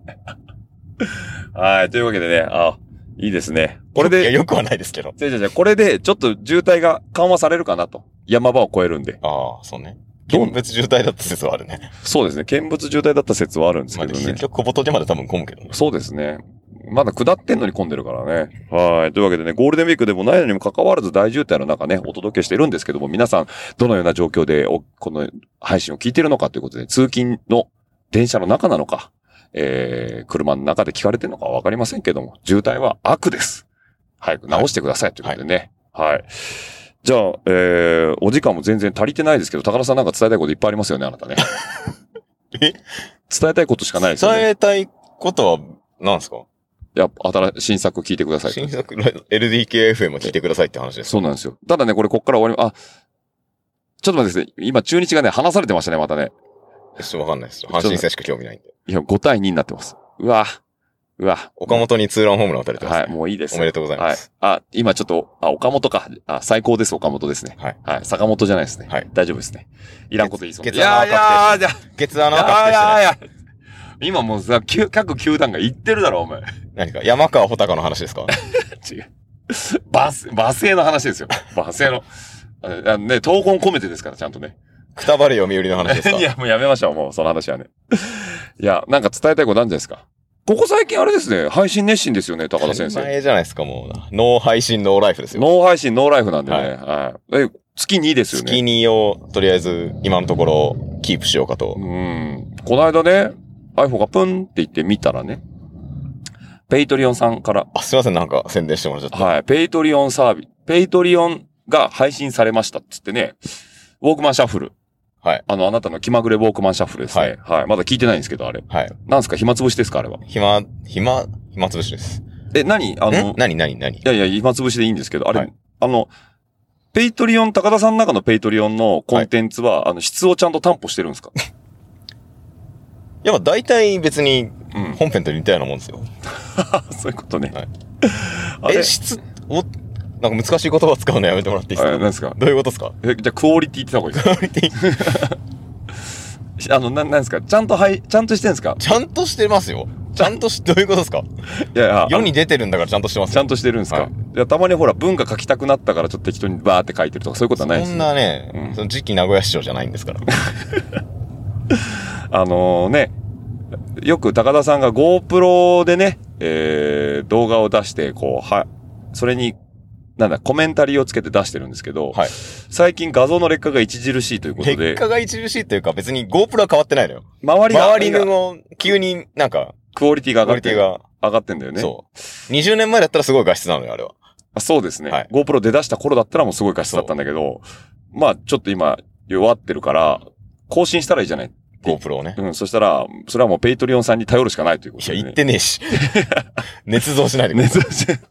S3: はい、というわけでね、あ、いいですね。これ
S5: いや、
S3: で、
S5: よくはないですけど。
S3: じゃあじゃあじゃあこれでちょっと渋滞が緩和されるかなと。山場を越えるんで。
S5: ああ、そうね。
S3: どう
S5: 見物渋滞だった説はあるね。
S3: そうですね。見物渋滞だった説はあるんです
S5: ま
S3: け
S5: あ、
S3: ど
S5: 結
S3: ね。
S5: 局小仏まで多分混むけどね。
S3: そうですね。まだ下ってんのに混んでるからね。はい。というわけでね、ゴールデンウィークでもないのにも関わらず大渋滞の中ね、お届けしてるんですけども、皆さん、どのような状況でお、この配信を聞いてるのかということで、通勤の電車の中なのか、えー、車の中で聞かれてるのかはわかりませんけども、渋滞は悪です。早く直してくださいということでね。はい。じゃあ、えー、お時間も全然足りてないですけど、高田さんなんか伝えたいこといっぱいありますよね、あなたね。
S5: え
S3: 伝えたいことしかないですよね。
S5: 伝えたいことは、何ですか
S3: いや、新新作聞いてください。
S5: 新作、LDKFM を聞いてくださいって話です。
S3: そうなんですよ。ただね、これこっから終わりま、あ、ちょっと待ってですね。今、中日がね、離されてましたね、またね。
S5: ちょっとわかんないです。阪神戦しか興味ないんで。
S3: いや、5対2になってます。うわ、うわ。
S5: 岡本にツーランホームラン打たれてます、ね。
S3: はい、もういいです。
S5: おめでとうございます。
S3: はい。あ、今ちょっと、あ、岡本か。あ、最高です、岡本ですね。
S5: はい。
S3: はい、坂本じゃないですね。
S5: はい。
S3: 大丈夫ですね。いらんこと言いそう
S5: 月
S3: いやいやいや、
S5: 月穴
S3: い
S5: の赤くてして
S3: や
S5: ない
S3: いや、今もうさ、旧各球団が言ってるだろ、お前。
S5: 何か、山川穂高の話ですか
S3: 違う。バス、バスの話ですよ。バスの。ああのね、闘魂込めてですから、ちゃんとね。
S5: くたばれ読売の話です か
S3: いや、もうやめましょう、もう、その話はね。いや、なんか伝えたいことあるんじゃないですか。ここ最近あれですね、配信熱心ですよね、高田先生。
S5: 前じゃないですか、もう。ノー配信、ノーライフですよ。
S3: ノー配信、ノーライフなんでね。
S5: はい
S3: はい。え、月2ですよね。
S5: 月にを、とりあえず、今のところ、キープしようかと。
S3: うん。この間ね、iPhone がプンって言って見たらね、ペイトリオンさんから、
S5: あ、すいません、なんか宣伝してもらっちゃった。
S3: はい、ペイトリオンサービス、ペイトリオンが配信されましたっつってね、ウォークマンシャッフル。
S5: はい。
S3: あの、あなたの気まぐれウォークマンシャッフルですね。はい。まだ聞いてないんですけど、あれ。
S5: はい。
S3: なんすか暇つぶしですかあれは。
S5: 暇、暇、暇つぶしです。
S3: え、何あ
S5: あ
S3: の
S5: の、、何、何、何
S3: いやいや、今潰しでいいんですけど、あれ、
S5: はい
S3: あの、ペイトリオン、高田さんの中のペイトリオンのコンテンツは、あの、質をちゃんと担保してるんですか
S5: やっぱ大体別に、
S3: うん。
S5: 本編と似たようなもんですよ。
S3: そういうことね。
S5: はい
S3: あれ
S5: え、質、お、なんか難しい言葉使うのやめてもらっていいです
S3: あ
S5: か
S3: れなんですか
S5: どういうことですか
S3: えじゃあ、クオリティって言った方がいいですか あの、な、なんですかちゃんと、はい、ちゃんとしてるんですか
S5: ちゃんとしてますよ。ちゃんとし、どういうことですか
S3: いやいや、
S5: 世に出てるんだからちゃんとしてます
S3: ちゃ
S5: よ。
S3: んとしてるんですか、
S5: はい
S3: い、や、たまにほら、文化書きたくなったから、ちょっと適当にバーって書いてるとか、そういうことはないで
S5: そ
S3: す
S5: ん
S3: ね。
S5: なね、
S3: うん
S5: その次期名古屋市長じゃないんで すから。
S3: あのね、よく高田さんが GoPro でね、えー動画を出して、こう、は、それになんだ、コメンタリーをつけて出してるんですけど、
S5: はい
S3: 最近画像の劣化が著しいということ
S5: 結
S3: で、
S5: 果が著しいというか、別に GoPro は変わってないのよ。
S3: 周りが
S5: 周りの急になんか、
S3: クオリティが上
S5: クオ
S3: がっ
S5: リテ
S3: て
S5: ィ
S3: る
S5: が、
S3: 上がってんだよね。
S5: そう。20年前だったらすごい画質なのよ、あれは。
S3: あそうですね、
S5: はい
S3: GoPro 出だした頃だったらもうすごい画質だったんだけど、まあちょっと今弱ってるから、更新したらいいじゃない。
S5: GoPro をね。
S3: うん、そしたら、それはもうペイトリオンさんに頼るしかないというこ
S5: い
S3: と
S5: や、
S3: で、ね。
S5: 言ってね えし。捏造しないでくだ
S3: ね、
S5: さ
S3: そ
S5: い。
S3: うし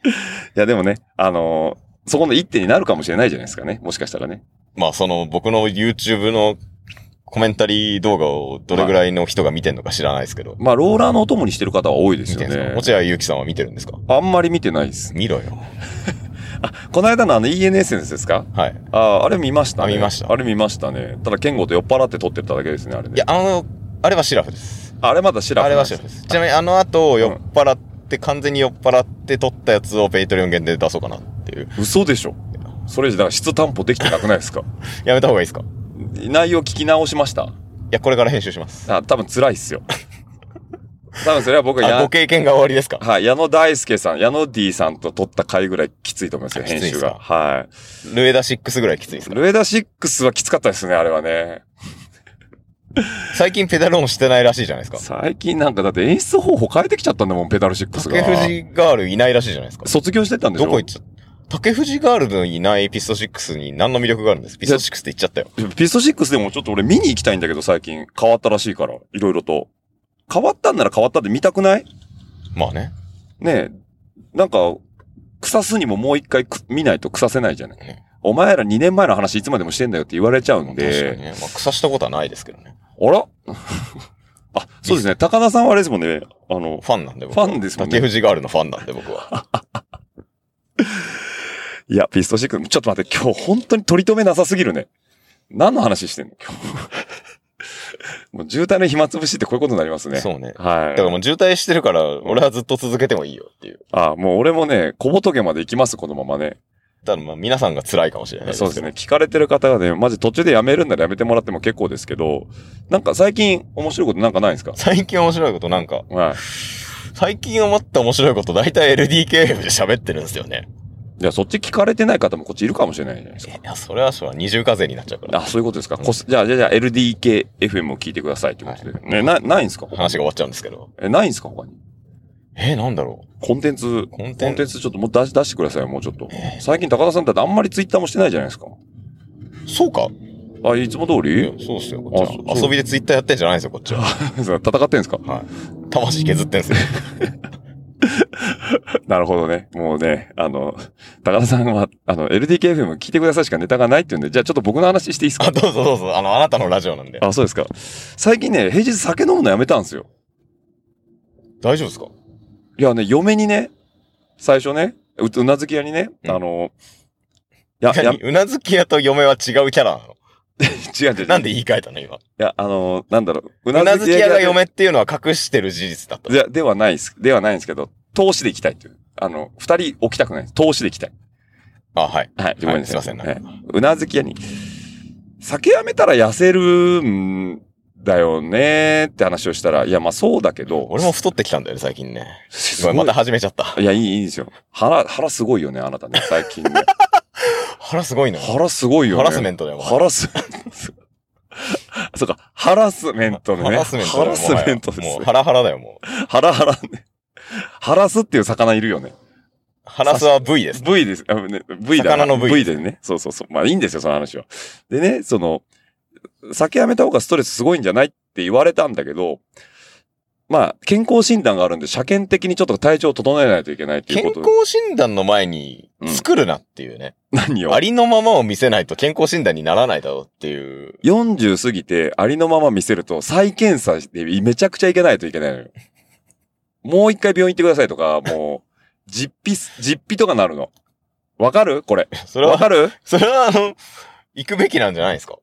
S3: いや、でもね、あのーそこの一手になるかもしれないじゃないですかね。もしかしたらね。
S5: まあ、その、僕の YouTube のコメンタリー動画をどれぐらいの人が見てんのか知らないですけど。
S3: まあ、ローラーのお供にしてる方は多いです
S5: 見
S3: よ
S5: てんすか
S3: ね。
S5: 落合ゆうきさんは見てるんですか
S3: あんまり見てないです。
S5: 見ろよ。
S3: この間のあの EN エッセンスですか
S5: はい。
S3: ああ、あれ見ましたね。
S5: あ見ました
S3: あれ見ましたね。ただ、ケンゴと酔っ払って撮ってただけですね、あれね。
S5: いや、あの、あれはシラフです。
S3: あれまだシラフ
S5: あれ
S3: なん
S5: は
S3: で
S5: シ
S3: す
S5: ラフです。ちなみに、あの後、酔っ払って、完全に酔っ払って撮ったやつをペイトリオン限定で出そうかなっていう。
S3: 嘘でしょ。それじゃ、だから質担保できてなくない ですか
S5: やめた方がいいですかい
S3: 内容聞き直しました。
S5: や、これから編集します。
S3: あ、多分辛いっすよ。多分それは僕は
S5: あ、
S3: や
S5: ご、経験が終わりですか
S3: はい、矢野大輔さん、矢野 D さんと撮った回ぐらいきついと思いますよ、
S5: あきつい
S3: 編
S5: っすか
S3: 集が。は
S5: ルエダ6ぐらいきついです
S3: い。
S5: か
S3: ルエダ6はきつかったですね、あれはね。
S5: 最近ペダルオンしてないらしいじゃないですか。
S3: 最近なんかだって演出方法変えてきちゃったんだもん、ペダル6
S5: 竹
S3: が。
S5: 藤ガールいないらしいじゃないですか。
S3: 卒業してたんでしょ
S5: どこ行っちゃった竹藤ガールのいないピスト6に何の魅力があるんですピスト6って言っちゃったよ。
S3: ピスト6でもちょっと俺見に行きたいんだけど、最近変わったらしいから、いろいろと。変わったんなら変わったで見たくない
S5: まあね。
S3: ねえ、なんか、腐すにももう一回く見ないと腐せないじゃない
S5: ね。
S3: お前ら2年前の話いつまでもしてんだよって言われちゃう
S5: 確
S3: ん
S5: かに
S3: で、
S5: ね。まあ、草したことはないですけどね。
S3: あら あ、そうですね。高田さんはあれですもんね。あの、
S5: ファンなんで僕
S3: ファンですもんね
S5: 竹藤ガールのファンなんで僕は。
S3: いや、ピストシックス、ちょっと待って、今日本当に取り留めなさすぎるね。何の話してんの今日。 もう渋滞の暇つぶしってこういうことになります ね。
S5: そうね。
S3: は
S5: だから
S3: い。
S5: もう渋滞してるから、俺はずっと続けてもいいよっていう。
S3: あ、もう俺もね、小仏まで行きます、このままね。
S5: ただまあ皆さんが辛いかもしれない
S3: そうですね。。聞かれてる方がね、マジ途中でやめるんならやめてもらっても結構ですけど、なんか最近面白いことなんかないんですか
S5: 最近面白いことなんか、
S3: はい。
S5: 最近思った面白いこと大体 LDKF で喋ってるんですよね。
S3: じゃあそっち聞かれてない方もこっちいるかもしれないじゃないですか。
S5: いや、それはそうだ二重課税になっちゃうから。
S3: あ、そういうことですか。こすじゃあ、じゃあ、じゃあ LDKFM を聞いてくださいってことで。ね、な、ないんですか他に
S5: 話が終わっちゃうんですけど。
S3: え、ないんですか他に。
S5: え、なんだろ
S3: コンテンツ、
S5: うコン
S3: コ
S5: テ
S3: ン
S5: ン
S3: テン
S5: ツ
S3: ツちょっともう出し、出してくださいよ、もうちょっと。最近高田さんだってあんまりツイッターもしてないじゃないですか。
S5: そうか
S3: あ、いつも通
S5: いや
S3: り
S5: そうっすよ、こっち
S3: あ
S5: は。
S3: そう
S5: 遊びでツイッターやってんじゃないんですよ、こっちは。
S3: 戦ってんですか
S5: はい。魂削ってんすよ。
S3: なるほどね。もうね、あの、高田さんは、あの、LDKFM 聞いてくださいしかネタがないっていうんで、じゃあちょっと僕の話していいですか
S5: あ、どうぞどうぞ。あの、あなたのラジオなんで。
S3: あ、そうですか。最近ね、平日酒飲むのやめたんですよ。
S5: 大丈夫ですか
S3: いやね、嫁にね、最初ね、ううなずき屋にね、
S5: うん
S3: あの、や、や、違
S5: 何うなずき屋と嫁は違うキャラなの
S3: う違う。
S5: なん
S3: でい
S5: で言い換えたの今。
S3: や、あの、なんだろう、う
S5: うなずき
S3: で
S5: 屋が嫁っていうのは隠してる事実だった。
S3: いや、ではないです。ではないんですけど、投資で行きたいっていう。あの、二人置きたくない。投資で行きたい。
S5: あ、はい。
S3: はい、ごめんなさい。
S5: はいすいません
S3: はいうんうなずき屋に、酒やめたら痩せるんだよねって話をしたら、いや、まあそうだけど、
S5: 俺も太ってきたんだよね、最近ね。
S3: す
S5: ご
S3: ご
S5: め
S3: い
S5: んまた始めちゃった。
S3: いや、いい、いいですよ。腹、腹すごいよね、あなたね、最近 ね。
S5: 腹すごいのよ。
S3: 腹すごいよね。
S5: ハラスメントだよ。
S3: ハラス、 そうか、ハラスメントね。
S5: ハラスメントだよ。
S3: ハラスメントです
S5: もうもう
S3: ね。
S5: ハラハラだよ、もう。
S3: ハラハラね。ハラスっていう魚いるよね。
S5: ハラスは V です。
S3: V です。あね v だな
S5: 魚の V
S3: V でね。そうそうそう。まあいいんですよ、その話は。でね、その、酒やめた方がストレスすごいんじゃないって言われたんだけど、まあ、健康診断があるんで、車検的にちょっと体調を整えないといけないっていう
S5: 健
S3: こと。
S5: 康診断の前に作るなっていうね。
S3: 何を
S5: ありのままを見せないと健康診断にならないだろうっていう。
S3: 40過ぎてありのまま見せると再検査してめちゃくちゃいけないといけないのよ。もう一回病院行ってくださいとか、もう、実費す、実費とかなるの。わかるこれ。
S5: それ
S3: わ
S5: は、
S3: かる
S5: それはあの、行くべきなんじゃないですか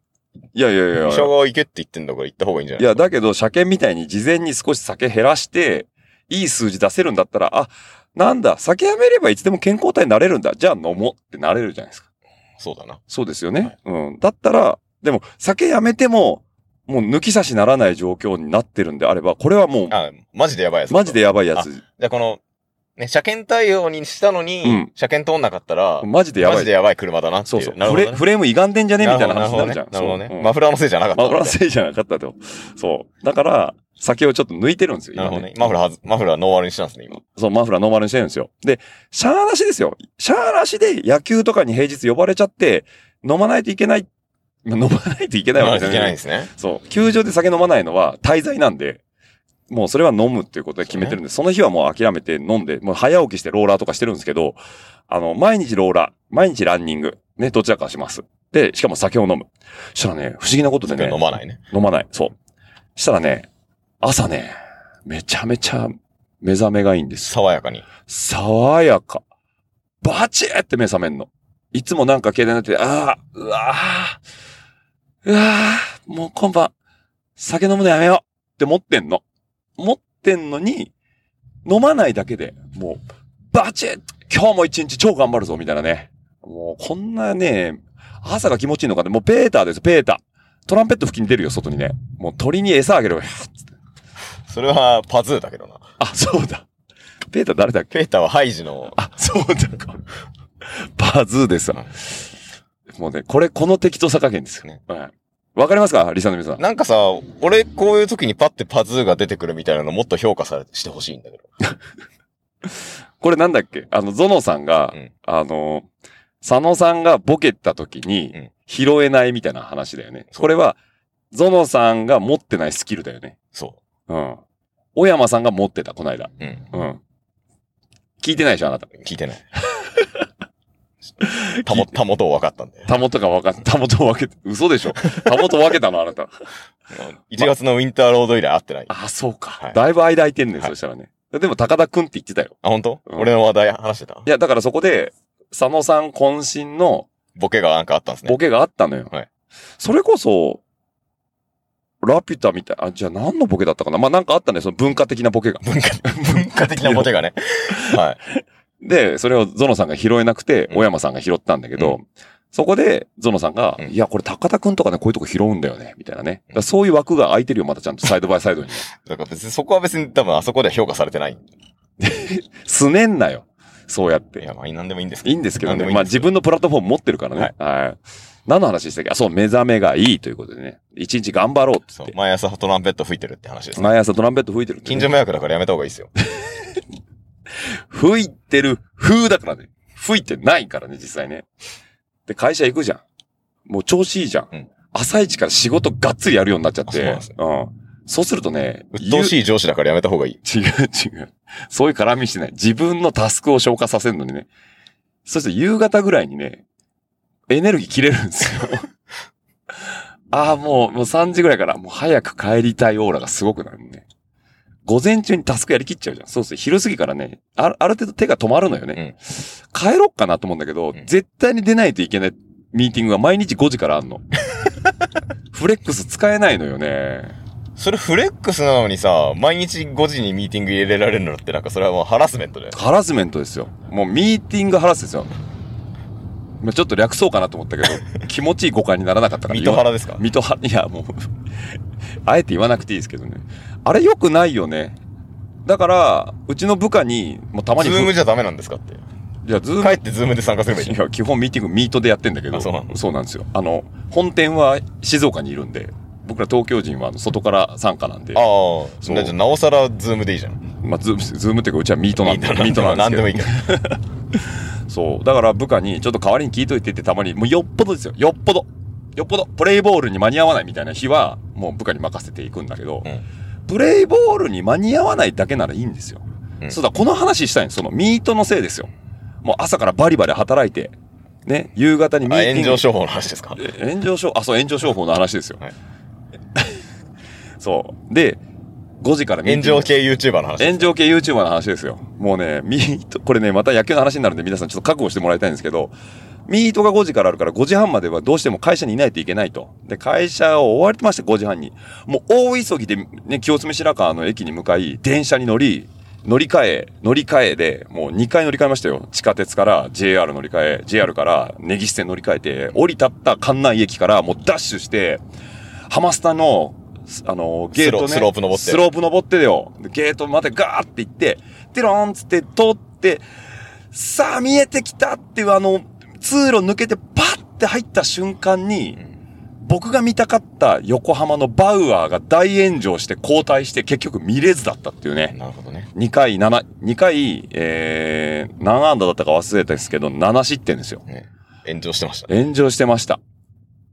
S3: いやいやいや
S5: 医
S3: い
S5: 者
S3: や。
S5: が行けって言ってんだから行った方がいいんじゃない
S3: い
S5: です
S3: や、
S5: か
S3: だけど、車検みたいに事前に少し酒減らして、いい数字出せるんだったら、あ、なんだ、酒やめればいつでも健康体になれるんだ。じゃあ飲もうってなれるじゃないですか。
S5: そうだな。
S3: そうですよね。うん。だったら、でも、酒やめても、もう抜き差しならない状況になってるんであれば、これはもう、
S5: あ、マジでやばいやつ。
S3: マジでやばいやつ。
S5: じゃあこの、ね、車検対応にしたのに、
S3: うん
S5: 車検通んなかったら、
S3: マジでやば
S5: マ
S3: い
S5: ジで。やばい車だなって
S3: そ
S5: いう
S3: そう。
S5: な
S3: フ
S5: るほど
S3: レ
S5: ね
S3: フレーム歪んでんじゃねみたいな話になるじゃん。
S5: なるほ
S3: そう
S5: どね。なるほどね
S3: うん
S5: マフラーのせいじゃなかった
S3: マ
S5: ん
S3: フ
S5: だ。
S3: ラーのせいじゃなかったと。そう。だから、先をちょっと抜いてるんですよ。
S5: なるほ
S3: 今
S5: ど
S3: ね
S5: ね。。マフラーはず、マフラーノーマルにしたんですね、今。
S3: そう、マフラーノーマルにしてるんですよ。で、シャーなしですよ。シャーなしで野球とかに平日呼ばれちゃって、飲まないといけない、まあ飲まないといけないわけ
S5: い
S3: じゃ
S5: け
S3: な
S5: ない
S3: い
S5: んですね。
S3: そう。球場で酒飲まないのは滞在なんで、もうそれは飲むっていうことで決めてるんで、その日はもう諦めて飲んで、もう早起きしてローラーとかしてるんですけど、あの、毎日ローラー、毎日ランニング、ね、どちらかします。で、しかも酒を飲む。したらね、不思議なことでね、
S5: 飲まないね。
S3: 飲まない。そう。したらね、朝ね、めちゃめちゃ目覚めがいいんです。
S5: 爽やかに。
S3: 爽やか。バチーって目覚めんの。いつもなんか携帯になってて、ああ、うわあ、うわあ、もう今晩、酒飲むのやめようって持ってんの。持ってんのに、飲まないだけで、もう、バチッ今日も一日超頑張るぞみたいなね。もう、こんなね、朝が気持ちいいのかね。もう、ペーターです、ペーター。トランペット吹きに出るよ、外にね。もう鳥に餌あげるよ。
S5: それはパズーだけどな。
S3: あ、そうだ。ペーター誰だっけ
S5: ペーターはハイジの、
S3: あ、そうだか。パズーですわ。もうね、これ、この適当さ加減ですよね
S5: ね。
S3: はいわかりますかリサの皆さん。
S5: なんかさ、俺こういう時にパッてパズーが出てくるみたいなのもっと評価されしてほしいんだけど。
S3: これなんだっけあの、ゾノさんが、
S5: うん
S3: あの、佐野さんがボケた時
S5: う
S3: に
S5: ん
S3: 拾えないみたいな話だよね。
S5: そう
S3: これは、ゾノさんが持ってないスキルだよね。
S5: そ
S3: うん。小山さんが持ってた、この間。
S5: う。うん。
S3: うん。聞いてないでしょあなた。
S5: 聞い てない。たも、たもとを分かったんで。
S3: たもとかわかん、たもとを分けて、嘘でしょたもと分けたのあなた。
S5: 1月のウィンターロード以来会ってない。あ、
S3: あ、そうか。
S5: はい
S3: だいぶ間空いてんねん、
S5: はい
S3: そしたらね。でも、高田くんって言ってたよ。
S5: 本当？
S3: うん
S5: 俺の話題話してた
S3: いや、だからそこで、佐野さん渾身の
S5: ボケがなんかあったんですね
S3: ボ。ケがあったのよ。
S5: はい
S3: それこそ、ラピュタみたい、あ、じゃあ何のボケだったかなまあ、なんかあったね、その文化的なボケが。
S5: 文化、文化的なボケ がね。はい。
S3: で、それをゾノさんが拾えなくて、
S5: うん
S3: 小山さんが拾ったんだけど、
S5: う
S3: そこで、ゾノさんが、
S5: うん
S3: いや、これ高田くんとかね、こういうとこ拾うんだよね、みたいなね。だからそういう枠が空いてるよ、またちゃんとサイドバイサイ ドに。
S5: だから別にそこは別に多分あそこでは評価されてない。
S3: すねんなよ。そうやっ
S5: い
S3: て。
S5: や、まあ何でもいいんですけど。
S3: いいんですけど
S5: 何
S3: ね。
S5: でもいい
S3: まあ
S5: んです
S3: 自分のプラットフォーム持ってるからね。はい。何の話でしたっけあ、そう、目覚めがいいということでね。一日頑張ろうって
S5: そ
S3: 言
S5: う
S3: って。
S5: 毎朝トランペット吹いてるって話ですね。
S3: 毎朝トランペット吹いてるってね、
S5: 近所迷惑だからやめた方がいいですよ。
S3: 吹いてる風だからね。吹いてないからね、実際ね。で、会社行くじゃん。もう調子いいじゃん。
S5: うん
S3: 朝一から仕事がっつりやるようになっちゃって。
S5: あそうなんですね
S3: ん。そうするとね、
S5: 鬱陶しい上司だからやめた方がいい。
S3: 違う違う。そういう絡みしてない。自分のタスクを消化させるのにね。そして夕方ぐらいにね、エネルギー切れるんですよ。ああ、もう、もう3時ぐらいから、もう早く帰りたいオーラがすごくなるね。午前中にタスクやりきっちゃうじゃん。そうすると昼過ぎからね、あるある程度手が止まるのよね。帰ろっかなと思うんだけど、
S5: ん
S3: 絶対に出ないといけないミーティングが毎日5時からあんの。フレックス使えないのよね。
S5: それフレックスなのにさ、毎日5時にミーティング入れられるのってなんかそれはもうハラスメントで。
S3: ハラスメントですよ。もうミーティングハラスですよ。まあちょっと略そうかなと思ったけ ど、気持ちいい誤解にならなかったから。
S5: ミトハラですか
S3: ミトハラ、いやもう、あえて言わなくていいですけどね。あれ良くないよね。だから、うちの部下に、もうたまに
S5: ズ
S3: ふ、
S5: ームじゃダメなんですかって。
S3: いや、ズーム
S5: 帰ってズームで参加すればいいじゃ
S3: いや、基本ミーティングミートでやってんだけど、
S5: あそうなの
S3: なんですよ。あの、本店は静岡にいるんで、僕ら東京人はあの外から参加なんで、
S5: ん。ああ、
S3: そう
S5: じゃあなおさらズームでいいじゃん。
S3: まあ、ズーム、ズームっていうか、うちはミートなんで、ミートなんです
S5: 何
S3: け
S5: で
S3: ど
S5: もいいけど。
S3: そう。だから部下に、ちょっと代わりに聞いといてってたまに、もうよっぽどですよ。よっぽど。よっぽど。プレイボールに間に合わないみたいな日は、もう部下に任せていくんだけど、
S5: うん
S3: プレイボールに間に合わないだけならいいんですよ。
S5: うん
S3: そうだ、この話したいんです。そのミートのせいですよ。もう朝からバリバリ働いて、ね、夕方にミー
S5: あ、
S3: ティン
S5: 炎
S3: グ。
S5: 上商法の話ですか
S3: え炎上商法、あ、そう、炎上商法の話ですよ。
S5: はい
S3: そう。で、5時からミーティ
S5: 炎
S3: ング
S5: 上系 YouTuber の話です。
S3: 炎上系 YouTuber の話ですよ。もうね、ミート、これね、また野球の話になるんで皆さんちょっと覚悟してもらいたいんですけど、ミートが5時からあるから5時半まではどうしても会社にいないといけないと。で、会社を終わりまして5時半に。もう大急ぎでね、清澄白河の駅に向かい、電車に乗り、乗り換え、乗り換えで、もう2回乗り換えましたよ。地下鉄から JR 乗り換え、JR から根岸線乗り換えて、降り立った関内駅からもうダッシュして、ハマスタの、あの、ゲートね。
S5: スロスロープ登って
S3: スロープ登ってだよ。でゲートまでガーって行って、テロンつって通って、さあ見えてきたっていうあの、通路抜けてパッて入った瞬間に、僕が見たかった横浜のバウアーが大炎上して交代して結局見れずだったっていうね。
S5: なるほどね。
S3: 2回7、2回、えー、何安打だったか忘れたんですけど、7失点ですよ。
S5: ね炎上してましたね。
S3: 炎上してました。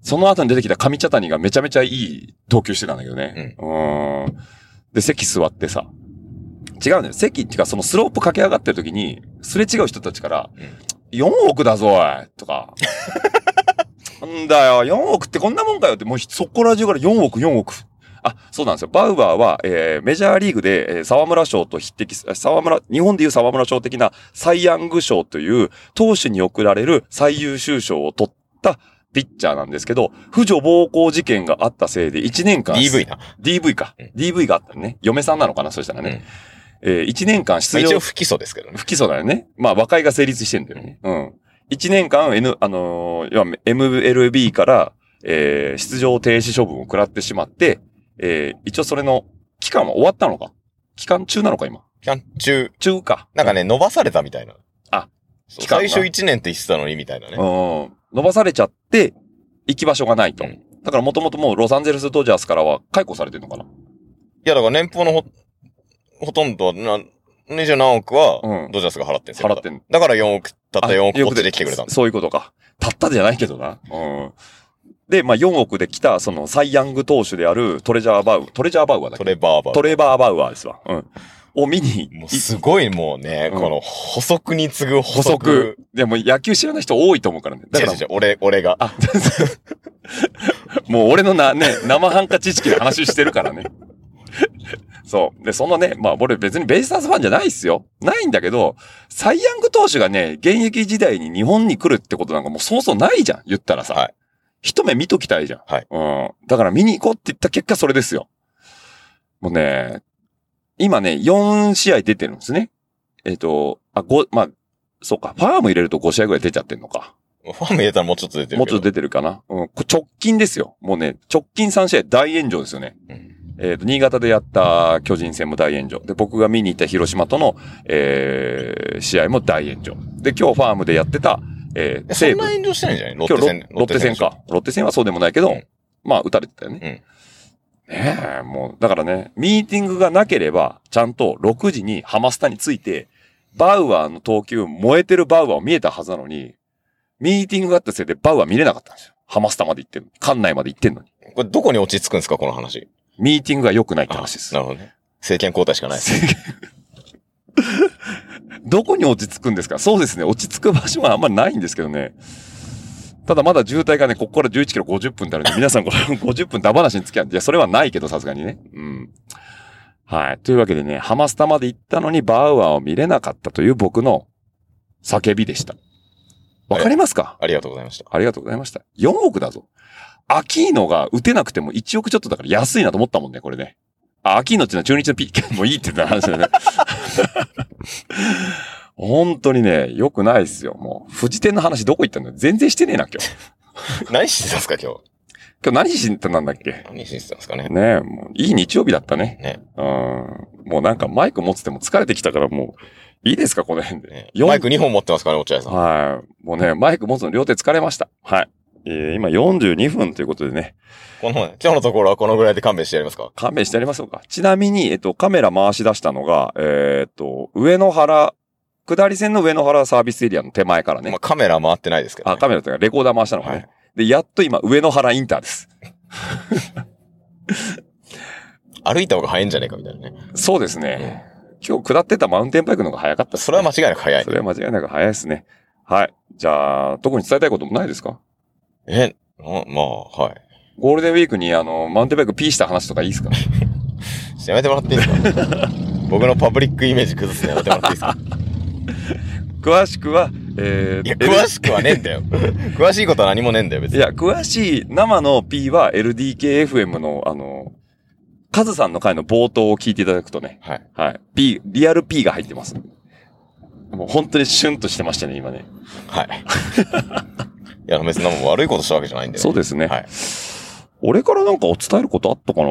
S3: その後に出てきた上茶谷がめちゃめちゃいい投球してたんだけどね。うーん。で、席座ってさ。違うんだよ。席っていうか、そのスロープ駆け上がってる時に、すれ違う人たちから、4億だぞ、おいとか。なんだよ、4億ってこんなもんかよって、もうそこら中から4億、4億。あ、そうなんですよ。バウアーは、えーメジャーリーグで、えー沢村賞と匹敵す、あ沢村、日本でいう沢村賞的なサイヤング賞という、投手に贈られる最優秀賞を取ったピッチャーなんですけど、婦女暴行事件があったせいで1年間。
S5: DV な。ま
S3: DV か。DV があったのね。嫁さんなのかなそしたらね。えー、1年間
S5: あ
S3: 出
S5: 一
S3: 場
S5: 応不起訴ですけどね。
S3: 不起訴だよね。まあ和解が成立してんだよね。うん。1年間、N、あのー要は MLB から、えー出場停止処分を食らってしまって、えー一応それの期間は終わったのか期間中なのか今。
S5: 期間中、
S3: 中か。
S5: なんかね、伸ばされたみたいな。
S3: あ
S5: そう、
S3: 期間
S5: 最
S3: が
S5: 初1年って言ってたのにみたいなね。
S3: うん。伸ばされちゃって、行き場所がないと。
S5: うん
S3: だからもともともうロサンゼルスドジャースからは解雇されてるのかない
S5: や、だから年俸のほ、ほとんどは、な、二十何億
S3: う
S5: は
S3: ん、
S5: ドジャースが払ってんすよ。
S3: 払ってん
S5: だから4億、たった
S3: あ
S5: 4億
S3: よ
S5: こ
S3: く
S5: っちで来てくれたんです。
S3: そういうことか。たったじゃないけどな。うん。で、まあ、4億で来た、その、サイヤング投手であるトレジャーバウ、トレジャーバウアーだっ
S5: ト
S3: け
S5: レバーバー。
S3: トレバー・バウアーですわ。うん。を見に、
S5: もうすごいもうね、
S3: うん
S5: この補足に次ぐ
S3: 補
S5: 補
S3: 足。
S5: 足。
S3: でも野球知らない人多いと思うからね。だ
S5: 違う
S3: から
S5: 違う違、う、俺、俺が。
S3: あ、 もう俺のな、ね、生半可知識で話してるからね。そう。で、そのね、まあ俺別にベイスターズファンじゃないっすよ。ないんだけど、サイヤング投手がね、現役時代に日本に来るってことなんかもうそうそうないじゃん、言ったらさ。
S5: はい
S3: 一目見ときたいじゃん。
S5: はい
S3: うん。だから見に行こうって言った結果それですよ。もうね、今ね、4試合出てるんですね。えっ、と、あ、5、まあ、そうか、ファーム入れると5試合ぐらい出ちゃってんのか。
S5: ファーム入れたらもうちょっと出てるけど。
S3: もうちょっと出てるかな。うん、こ直近ですよ。もうね、直近3試合大炎上ですよね。
S5: うん
S3: えっ、と、新潟でやった巨人戦も大炎上。で、僕が見に行った広島との、えー、試合も大炎上。で、今日ファームでやってた、えー、
S5: えそ
S3: 西
S5: ん
S3: 武
S5: な。炎上してないんじゃないロッ
S3: 今
S5: テ
S3: 日
S5: 戦。
S3: ロロッテ戦か。ロッテ戦はそうでもないけど、
S5: うん
S3: まあ、打たれてたよね。ねえ、もう、だからね、ミーティングがなければ、ちゃんと6時にハマスタについて、バウアーの投球、燃えてるバウアーを見えたはずなのに、ミーティングがあったせいでバウアー見れなかったんですよ。ハマスタまで行ってんのに。館内まで行ってんのに。
S5: これどこに落ち着くんですかこの話。
S3: ミーティングが良くないって話です
S5: な。るほどね。政権交代しかないです。
S3: どこに落ち着くんですかそうですね。落ち着く場所はあんまりないんですけどね。ただまだ渋滞がね、ここから11キロ50分ってあるんで、皆さんこれ 50分ダバなしに付き合うんで、いや、それはないけど、さすがにね。うん。はい。というわけでね、ハマスタまで行ったのにバウアーを見れなかったという僕の叫びでした。わかりますか
S5: ありがとうございました。
S3: ありがとうございました。4億だぞ。アキーノが打てなくても1億ちょっとだから安いなと思ったもんね、これね。あ、アキーノっていうのは中日のピッチ ャーもういいって言った話だよね。 本当にね、良くないっすよ。もう、富士店の話どこ行ったんだよ。全然してねえな、今日。
S5: 何してたんですか今日。
S3: 今日何しってたんだっけ
S5: 何してたんですかね。
S3: ねえ、もういい日曜日だったね。
S5: ね。
S3: うん。もうなんかマイク持ってても疲れてきたからもう、いいですか、この辺で。
S5: ね
S3: 四
S5: マイク2本持ってますからね、落合さん。
S3: はい。もうね、マイク持つの両手疲れました。はい。えー、今42分ということでね。
S5: この、今日のところはこのぐらいで勘弁してやりますか
S3: 勘弁してやりましょうか。ちなみに、えっと、カメラ回し出したのが、えーっと、上野原、下り線の上野原サービスエリアの手前からね。
S5: まあカメラ回ってないですけど、
S3: あ、カメラというか、レコーダー回したのがね。
S5: はい
S3: で、やっと今、上野原インターです。
S5: 歩いた方が早いんじゃねえかみたいなね。
S3: そうですね。今日下ってたマウンテンバイクの方が早かったです
S5: それは間違いなく早い
S3: そ。れは間違いなく早いですね。はい。じゃあ、特に伝えたいこともないですか
S5: え、なまあ、はい。
S3: ゴールデンウィークに、あの、マウンテンバイクピーした話とかいいで すか
S5: ちょっとやめてもらっていいですか 僕のパブリックイメージ崩すのやめてもらっていいですか
S3: 詳しくは、えー
S5: いや、詳しくはねえんだよ。詳しいことは何もねえんだよ、別
S3: い
S5: に。
S3: や、詳しい生の P は LDKFM の、あの、カズさんの回の冒頭を聞いていただくとね、
S5: はい。
S3: はい。P、リアル P が入ってます。もう本当にシュンとしてましたね、今ね。
S5: はい。いや、別に何も悪いことしたわけじゃないんだよ、
S3: そうですね
S5: はい。
S3: 俺からなんかお伝えることあったかな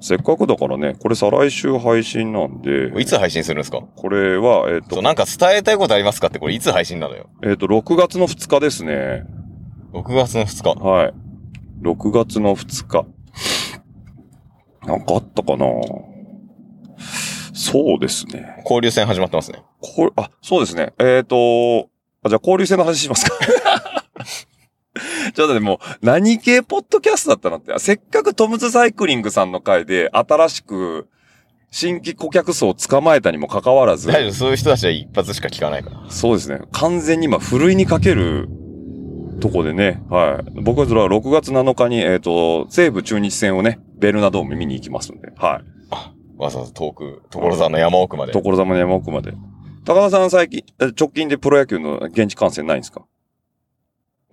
S3: せっかくだからね、これ再来週配信なんで、
S5: いつ配信するんですか
S3: これは、えっ、
S5: そう、
S3: と、
S5: なんか伝えたいことありますかってこれいつ配信なのよ。
S3: えっ、と、6月の2日ですね。
S5: 6月の2日。
S3: はい。6月の2日。なんかあったかなそうですね。
S5: 交流戦始まってますね。
S3: こあ、そうですね。えっ、とあ、じゃあ交流戦の話しますか。 ちょっとでも、何系ポッドキャストだったのって、あせっかくトムズサイクリングさんの回で新しく新規顧客層を捕まえたにもかかわらず、
S5: 大丈夫、そういう人たちは一発しか聞かないから。
S3: そうですね。完全に今、ふるいにかけるとこでね、はい。僕はそれは6月7日に、えっ、と、西武中日戦をね、ベルナドーム見に行きますんで、は
S5: わざわざ遠く、所沢の山奥ま
S3: い。
S5: で。
S3: 所沢の山奥まで。高田さん最近、え直近でプロ野球の現地観戦ないんですか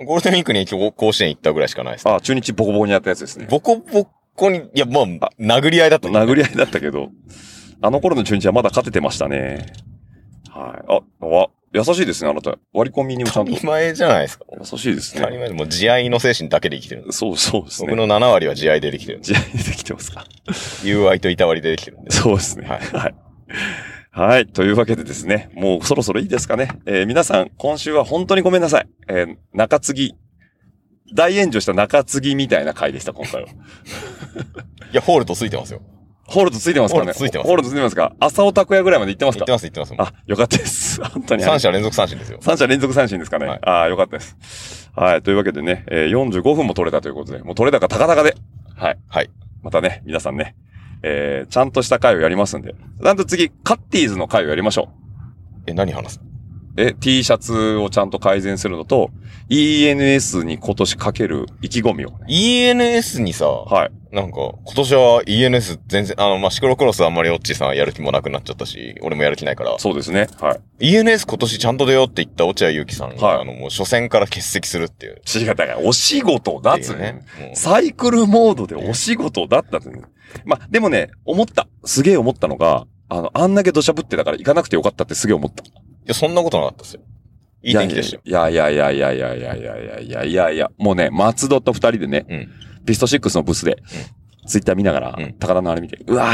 S5: ゴールデンウィークに今日甲子園行ったぐらいしかないです。
S3: あ、中日ボコボコにやったやつですね。
S5: ボコボコに、いや、まあ、殴り合いだった。
S3: 殴り合いだったけど、あの頃の中日はまだ勝ててましたね。はい。あ、わ、優しいですね、あなた。割り込みにもちゃ
S5: 当
S3: んと。
S5: たり前じゃないですか。
S3: 優しいです
S5: 当たり
S3: ね。
S5: 前で、もう慈愛の精神だけで生きてるんです。
S3: そうそうです
S5: 僕
S3: ね。
S5: の7割は慈愛でできてるんです。
S3: 時代にできて ますか
S5: 友愛といたわりでできてるんです。
S3: そうですね。
S5: はい
S3: はい。はい。というわけでですね、もうそろそろいいですかね。えー皆さん、今週は本当にごめんなさい。えー中継ぎ。大炎上した中継ぎみたいな回でした、今回は。
S5: いや、ホールドついてますよ。
S3: ホールドついてますかね
S5: ホールドついてます
S3: ホールドついてますか浅尾拓也ぐらいまで行ってます
S5: 言
S3: か
S5: ってます、言ってます。
S3: あ、よかったです。 本当に。
S5: 3者連続三振ですよ。
S3: 三者連続三振ですかね。
S5: はい
S3: ああ、よかったです。はい。というわけでね、えー45分も取れたということで、もう取れたか高々で。はい。
S5: はい。
S3: またね、皆さんね、えーちゃんとした回をやりますんで。なんと次、カッティーズの回をやりましょう。
S5: え、何話す
S3: え、T シャツをちゃんと改善するのと、ENS に今年かける意気込みをね。
S5: ?ENS にさ、
S3: はい。
S5: なんか、今年は ENS 全然、あの、まあ、シクロクロスあんまりオッチーさんやる気もなくなっちゃったし、俺もやる気ないから、
S3: そうですね。はい。
S5: ENS 今年ちゃんと出ようって言った落合ゆうきさんが、
S3: はい
S5: あの、もう初戦から欠席するっていう。
S3: 違う、だから、お仕事だっ
S5: って
S3: つ
S5: いうう
S3: ね
S5: ね。。もう
S3: サイクルモードでお仕事だったってね。まあ、でもね、思った。すげえ思ったのが、あの、あんだけ土砂降ってたから行かなくてよかったってすげえ思った。
S5: いや、そんなことなかったですよ。いい天気でしたよ。
S3: いやいやいやいやいやいやいやいやいやいやいや、もうね、松戸と二人でね、
S5: うん
S3: ピスト6のブースで、ツイッター見ながら、
S5: うん
S3: 高田のあれ見て、うわー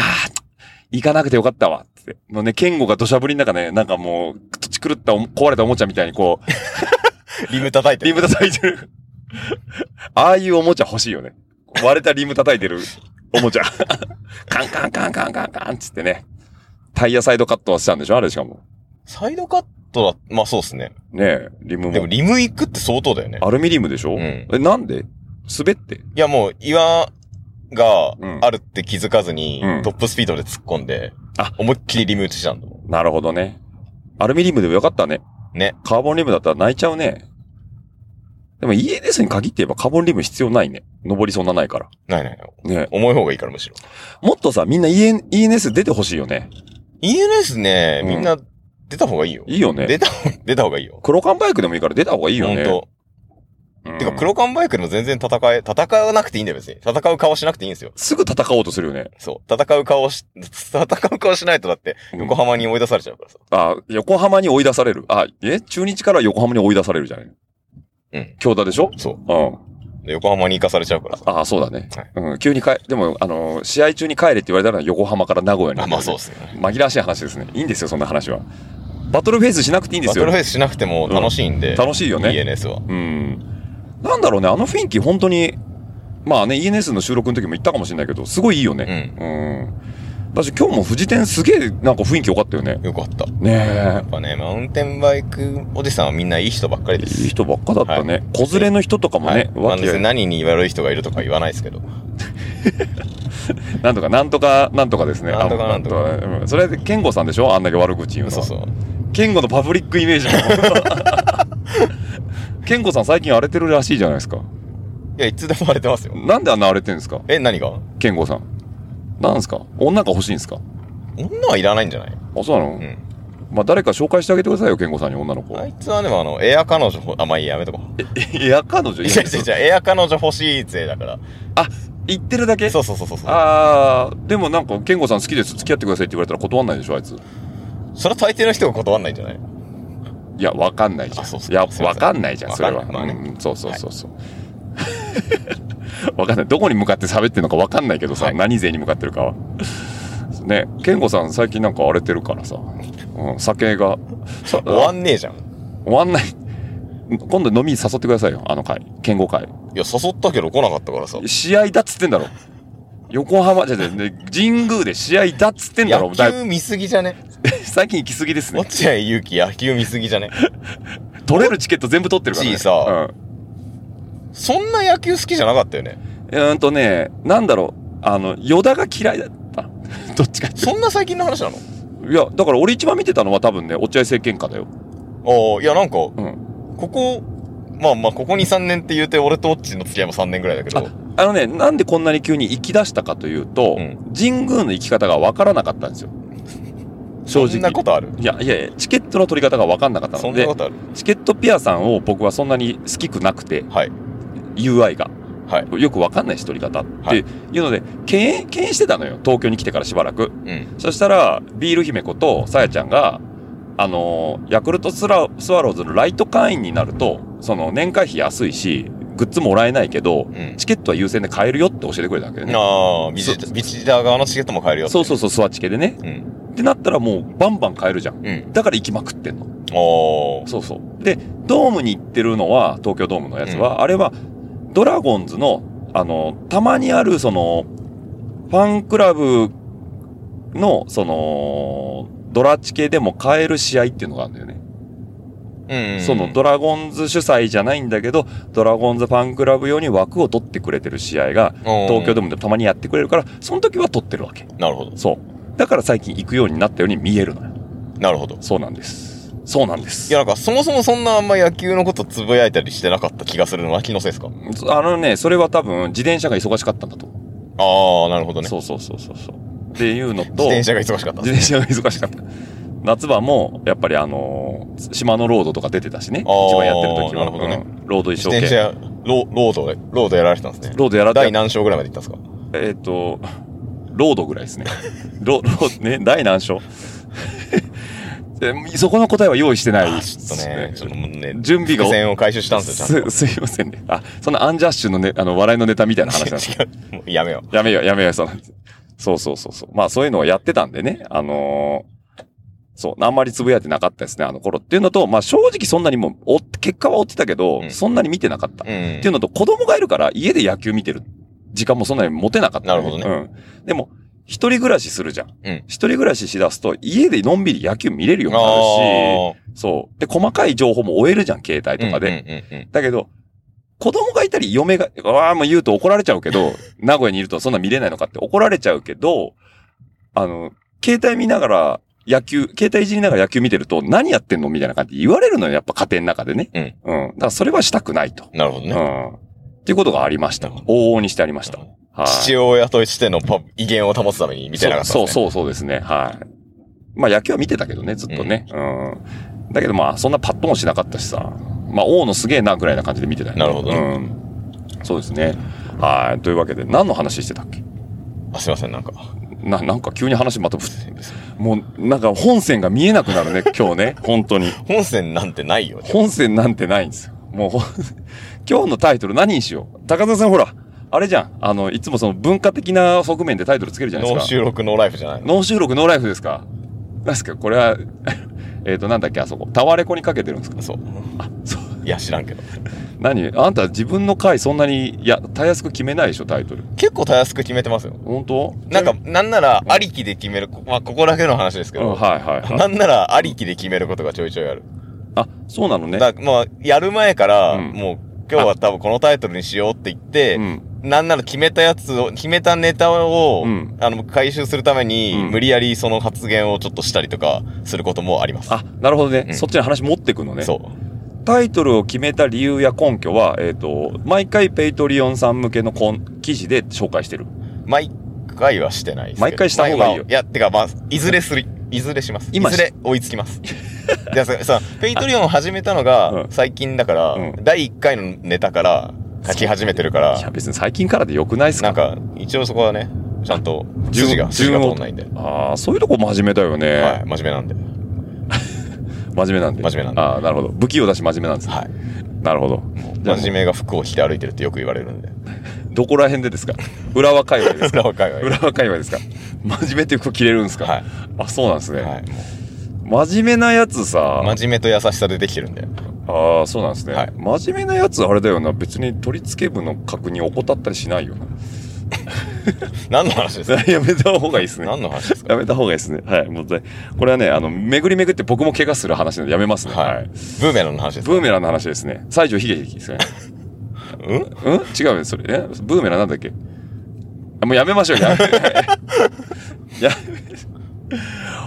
S3: 行かなくてよかったわって。もうね、健吾が土砂降りの中ね、なんかもう、土ち狂ったお壊れたおもちゃみたいにこう、
S5: リム叩いて
S3: リ
S5: る。
S3: ム叩いてる。ああいうおもちゃ欲しいよね。割れたリム叩いてるおもちゃ。カンカンカンカンカンカンっつってね。タイヤサイドカットはしたんでしょあれしかも。
S5: サイドカットだ、まあそうですね。
S3: ねえ、リム
S5: でも
S3: も。
S5: リム行くって相当だよね。
S3: アルミリムでしょ、
S5: うん
S3: え、なんで滑って
S5: いや、もう岩が
S3: うん
S5: あるって気づかずに、
S3: うん
S5: トップスピードで突っ込んで、
S3: あ
S5: 思いっきりリム打ちしたんだもん。
S3: なるほどね。アルミリムでもよかったね。
S5: ね。
S3: カーボンリムだったら泣いちゃうね。でも ENS に限って言えばカーボンリム必要ないね。登りそんなないから。
S5: ないないない。
S3: ね。
S5: 重い方がいいからむしろ。
S3: もっとさ、みんな EN ENS 出てほしいよね。
S5: ENS ね、
S3: うん
S5: みんな出た方がいいよ。
S3: いいよね。
S5: 出た、出た方がいいよ。
S3: 黒缶バイクでもいいから出た方がいいよ
S5: ほ
S3: ね。
S5: んと。
S3: うん
S5: てか、黒缶バイクでも全然戦え、戦わなくていいんだよ、別に。戦う顔しなくていいんですよ。
S3: すぐ戦おうとするよね。
S5: そう。戦う顔し、 戦う顔しないとだって、
S3: うん
S5: 横浜に追い出されちゃうからさ。
S3: あ、横浜に追い出される。あ、え中日から横浜に追い出されるじゃない
S5: うん。
S3: 京田でしょ
S5: そ
S3: うん。
S5: う。で横浜に行かされちゃうからさ。
S3: あそうだね。
S5: はい
S3: うん。急に帰、でも、あの、試合中に帰れって言われたのは横浜から名古屋に。
S5: あ、まあそうっすよね。
S3: 紛らわしい話ですね。いいんですよ、そんな話は。バトルフェイスしなくていいんで
S5: バ
S3: す
S5: ト
S3: よ
S5: ルフ。ェイスしなくても楽しいんで。
S3: 楽しいよね。
S5: ENS は。
S3: うん。なんだろうね、あの雰囲気、本当に、まあね、ENS の収録の時も言ったかもしれないけど、すごいいいよ
S5: う
S3: ね。
S5: ん。
S3: うん。だし、今日も富士店すげえ、なんか雰囲気良かったよね。
S5: よかった。や
S3: ね
S5: っぱね、マウンテンバイクおじさんはみんないい人ばっかり
S3: え。
S5: で
S3: いい
S5: す。
S3: 人ばっかだったね。子連れの人とかも
S5: はい
S3: ね、。
S5: まあ
S3: わけ
S5: 別に
S3: な
S5: 何に悪い人がいるとか言わないですけど。
S3: んとか、なんとか、なんとかですね。
S5: なんとかなんとか
S3: あうんそれで、健吾さんでしょあんだけ悪口言うの
S5: そ
S3: は。
S5: うそう。
S3: 健吾のパブリックイメー ジも。健吾さん最近荒れてるらしいじゃないですか。
S5: いや、いつでも荒れてますよ。
S3: なんであんな荒れてるんですか
S5: え、何が
S3: 健吾さん。なんですか女が欲しいんですか
S5: 女はいらないんじゃない
S3: あ、そうなの、
S5: うん。
S3: まあ、誰か紹介してあげてくださいよ、健吾さんに女の子。
S5: あいつはでもあの、エア彼女ほ、あ、まあいいや、やめとこう。
S3: いや、彼女
S5: いやいやいや、エア彼女欲しい勢だから。
S3: 言ってるだけ
S5: そうそうそうそうそう。
S3: ああ、でもなんか、健吾さん好きです、付き合ってくださいって言われたら断んないでしょ、あいつ。
S5: それは大抵の人が断んないんじゃない
S3: いや、わかんないじゃん。
S5: あそうそう
S3: いや、
S5: すいま
S3: わ
S5: せん
S3: かんないじゃん、それは。
S5: わかんないまあね
S3: うん、そうそうそうそう。 わかんない。どこに向かって喋ってるのかわかんないけどさ、
S5: はい
S3: 何勢に向かってるかは。ね、健吾さん最近なんか荒れてるからさ、うん、酒が、さ
S5: 終わんねえじゃん。
S3: 終わんない。今度飲みに誘ってくださいよ、あの会。健吾会。
S5: いや、誘ったけど来なかったからさ。
S3: 試合だっつってんだろ。横浜、じゃじゃ、ね、神宮で試合だっつってんだろ。
S5: 野
S3: だい
S5: 球見すぎじゃね
S3: 最近行き過ぎですね。
S5: 落合ゆうき野球見すぎじゃね
S3: 取れるチケット全部取ってるから、ね。
S5: 落ちさそんな野球好きじゃなかったよね。
S3: うん。うーんとね、なんだろう、あの、ヨダが嫌いだ った。どっちかっていう
S5: そんな最近の話なの
S3: といや、だから俺一番見てたのは多分ね、落合政権下だよ。
S5: ああ、いやなんか、
S3: うん。
S5: ここ、まあまあ、ここ2、3年って言うて、俺とオッチーの付き合いも3年ぐらいだけど、
S3: あのね、なんでこんなに急に行き出したかというと、
S5: うん
S3: 神宮の行き方が分からなかったんですよ。正
S5: そ
S3: 直。
S5: んなことある
S3: いやいやいや、チケットの取り方が分かんなかった
S5: そ
S3: の
S5: んな
S3: で
S5: こ、とある
S3: チケットピアさんを僕はそんなに好きくなくて、
S5: はい。
S3: UI が。
S5: はい。
S3: よく分かんないし、取り方。
S5: はい
S3: っていうので、敬遠、敬遠してたのよ。東京に来てからしばらく。
S5: うん。
S3: そしたら、ビール姫こと、さやちゃんが、あのーヤクルトスラスワローズのライト会員になると、その年会費安いし、グッズもらえないけど、
S5: うん。
S3: チケットは優先で買えるよって教えてくれたわけよね。
S5: ああ、ビ
S3: そ
S5: ジ
S3: う
S5: ビジター側のチケットも買えるよって
S3: そうそうそう、スワチケでね。
S5: うん。
S3: ってなったらもうバンバン買えるじゃん。
S5: うん。
S3: だから行きまくってんの。
S5: おー。
S3: そうそう。で、ドームに行ってるのは、東京ドームのやつは、あれは、ドラゴンズの、あの、たまにある、その、ファンクラブの、その、ドラチケでも買える試合っていうのがあるんだよね。
S5: うん、うん。
S3: そのドラゴンズ主催じゃないんだけど、ドラゴンズファンクラブ用に枠を取ってくれてる試合が、東京ドー
S5: も。
S3: ムでもたまにやってくれるから、その時は取ってるわけ。
S5: なるほど。
S3: そう。だから最近行くようになったように見えるのよ。
S5: なるほど。
S3: そうなんです。そうなんです。
S5: いや、なんか、そもそもそんなあんま野球のことつぶやいたりしてなかった気がするのは気のせいですか
S3: あのね、それは多分、自転車が忙しかったんだと思う。
S5: ああ、なるほどね。
S3: そうそうそうそうそう。っていうのと、
S5: 自転車が忙しかったん
S3: 自
S5: です。
S3: 転車が忙しかった。夏場も、やっぱりあのー島のロードとか出てたしね。
S5: あー
S3: 一番やってる時は。
S5: なるほどね
S3: うんロード一
S5: 自
S3: 生懸
S5: 転
S3: 命。
S5: 車、ロロードで、ロードやられてたんですね。
S3: ロードやられ
S5: 第
S3: て、
S5: 何章ぐらいまで行ったんですか
S3: えっ、と、ロードぐらいですね。 ロ、ロー、ね、第何章 でそこの答えは用意してない
S5: あーちょっとね、ちょっともうね、
S3: 準備が
S5: 伏線を回収したんですよ、ちゃんと。
S3: すすいませんね。あ、そんなアンジャッシュのね、あの、笑いのネタみたいな話なんです
S5: 違う。もうやめよ
S3: やめよう、やめよう、そうなんです。そうそうそうそう。まあそういうのをやってたんでね、あのーそう、あんまりつぶやいてなかったですね、あの頃っていうのと、まあ正直そんなにもう追って、結果は追ってたけど、
S5: うん
S3: そんなに見てなかった。
S5: う。う
S3: っ
S5: ん
S3: ていうのと、子供がいるから家で野球見てる時間もそんなに持てなかった、
S5: なるほど
S3: ね。うん。でも、一人暮らしするじゃん。
S5: うん
S3: 一人暮らししだすと、家でのんびり野球見れるようになる
S5: あ
S3: し、そう。で、細かい情報も追えるじゃん、携帯
S5: ー
S3: とかで。
S5: うんうんうん
S3: だけど、子供がいたり、嫁が、わあ、もう言うと怒られちゃうけ ど、名古屋にいるとそんな見れないのかって怒られちゃうけど、あの、携帯見ながら野球、携帯いじりながら野球見てると、何やってんのみたいな感じで言われるのよ、やっぱ家庭の中でね。うん。だからそれはしたくないと。
S5: なるほど
S3: う
S5: ね。
S3: ん。っていうことがありました。
S5: なるほ
S3: 往々にしてありました。はい。
S5: 父親としてのパ威厳を保つために見てなかったん
S3: そう
S5: ですね。
S3: そうそうそうですね。はい。まあ野球は見てたけどね、ずっとね。うん。だけどまあそんなパッともしなかったしさ。まあ王のすげえなぐらいな感じで見てたよね
S5: なるほどね
S3: うん。そうですね。はい。というわけで、何の話してたっけ
S5: あ、すいません、なんか。
S3: な、なんか急に話またぶつ、もうなんか本線が見えなくな るね、今日ね。本当に。
S5: 本線なんてないよ。
S3: 本線なんてないんですよ。もうほん、 今日のタイトル何にしよう。高田さんほら、あれじゃん。あの、いつもその文化的な側面でタイトルつけるじゃないです
S5: ノ
S3: か。
S5: ー収録ノーライフじゃないの。
S3: ノー収録、ノーライフですかなんですかこれは、 えっと、なんだっけ、あそこ。タワレコにかけてるんですか
S5: そう。
S3: そう。
S5: いや、知らんけど。
S3: 何あんた自分の回そんなに、いや、たやすく決めないでしょ、タイトル。
S5: 結構たやすく決めてますよ。
S3: 本当
S5: なんか、、なんなら、ありきで決める、こまあ、ここだけの話ですけ
S3: うん、
S5: ど、
S3: はいはいは。
S5: ないんなら、ありきで決めることがちょいちょいある。
S3: あ、そうなのね。
S5: だまあ、やる前から、
S3: うん
S5: もう、今日は多分このタイトルにしようって言って、
S3: うん。
S5: なんなら決めたやつを、決めたネタを、
S3: うん
S5: あの、回収するために、
S3: うん
S5: 無理やりその発言をちょっとしたりとか、することもあります。
S3: あ、なるほどね。
S5: うん
S3: そっちの話持ってくのね。
S5: そう。
S3: タイトルを決めた理由や根拠は、えっ、と、毎回ペイトリオンさん向けのこん記事で紹介してる。
S5: 毎回はしてないですけど。
S3: 毎回した方がいいよ
S5: まあまあいや、てか、まあ、いずれする、いずれします。
S3: 今
S5: いずれ追いつきます。 いや、さ、さ、ペイトリオンを始めたのが
S3: う、ん
S5: 最近だから、
S3: うん
S5: 第1回のネタから書き始めてるか
S3: いや、
S5: ら、
S3: 別に最近からでよくないですか
S5: なんか、一応そこはね、ちゃんと、
S3: 順
S5: 筋が、筋
S3: 順
S5: が
S3: を
S5: 通んないんで。
S3: ああ、そういうとこ真面目だよね。
S5: はい、真面目なんで。
S3: 真面目なんで。
S5: 真面目なんで
S3: ああ、なるほど。不器用だし真面目なんですね。
S5: はい。
S3: なるほど。
S5: 真面目が服を着て歩いてるってよく言われるんで。
S3: どどこら辺でです か浦和界隈ですか
S5: 浦和界隈
S3: 浦和界隈ですか真面目って服着れるんですか、
S5: はい
S3: あ、そうなんですね。
S5: はい。も
S3: 真面目なやつさ
S5: う、真面目と優しさでできてるんで。
S3: ああ、そうなんですね、
S5: はい
S3: 真面目なやつあれだよな。別に取り付け部の確認怠ったりしないよ な。
S5: 何の話 ですか
S3: それやめた方がいいですね。
S5: 何の話ですか
S3: やめた方がいいですね。はい。もうぜこれはね、あの、巡り巡って僕も怪我する話なんでやめますね。
S5: は。
S3: はいい。
S5: ブーメランの話ですか
S3: ブーメランの話ですね。西城秀樹ですよね。
S5: う
S3: う
S5: ん
S3: ん違うよ、それね。ブーメランなんだっけあもうやめましょう、 やめて。いや、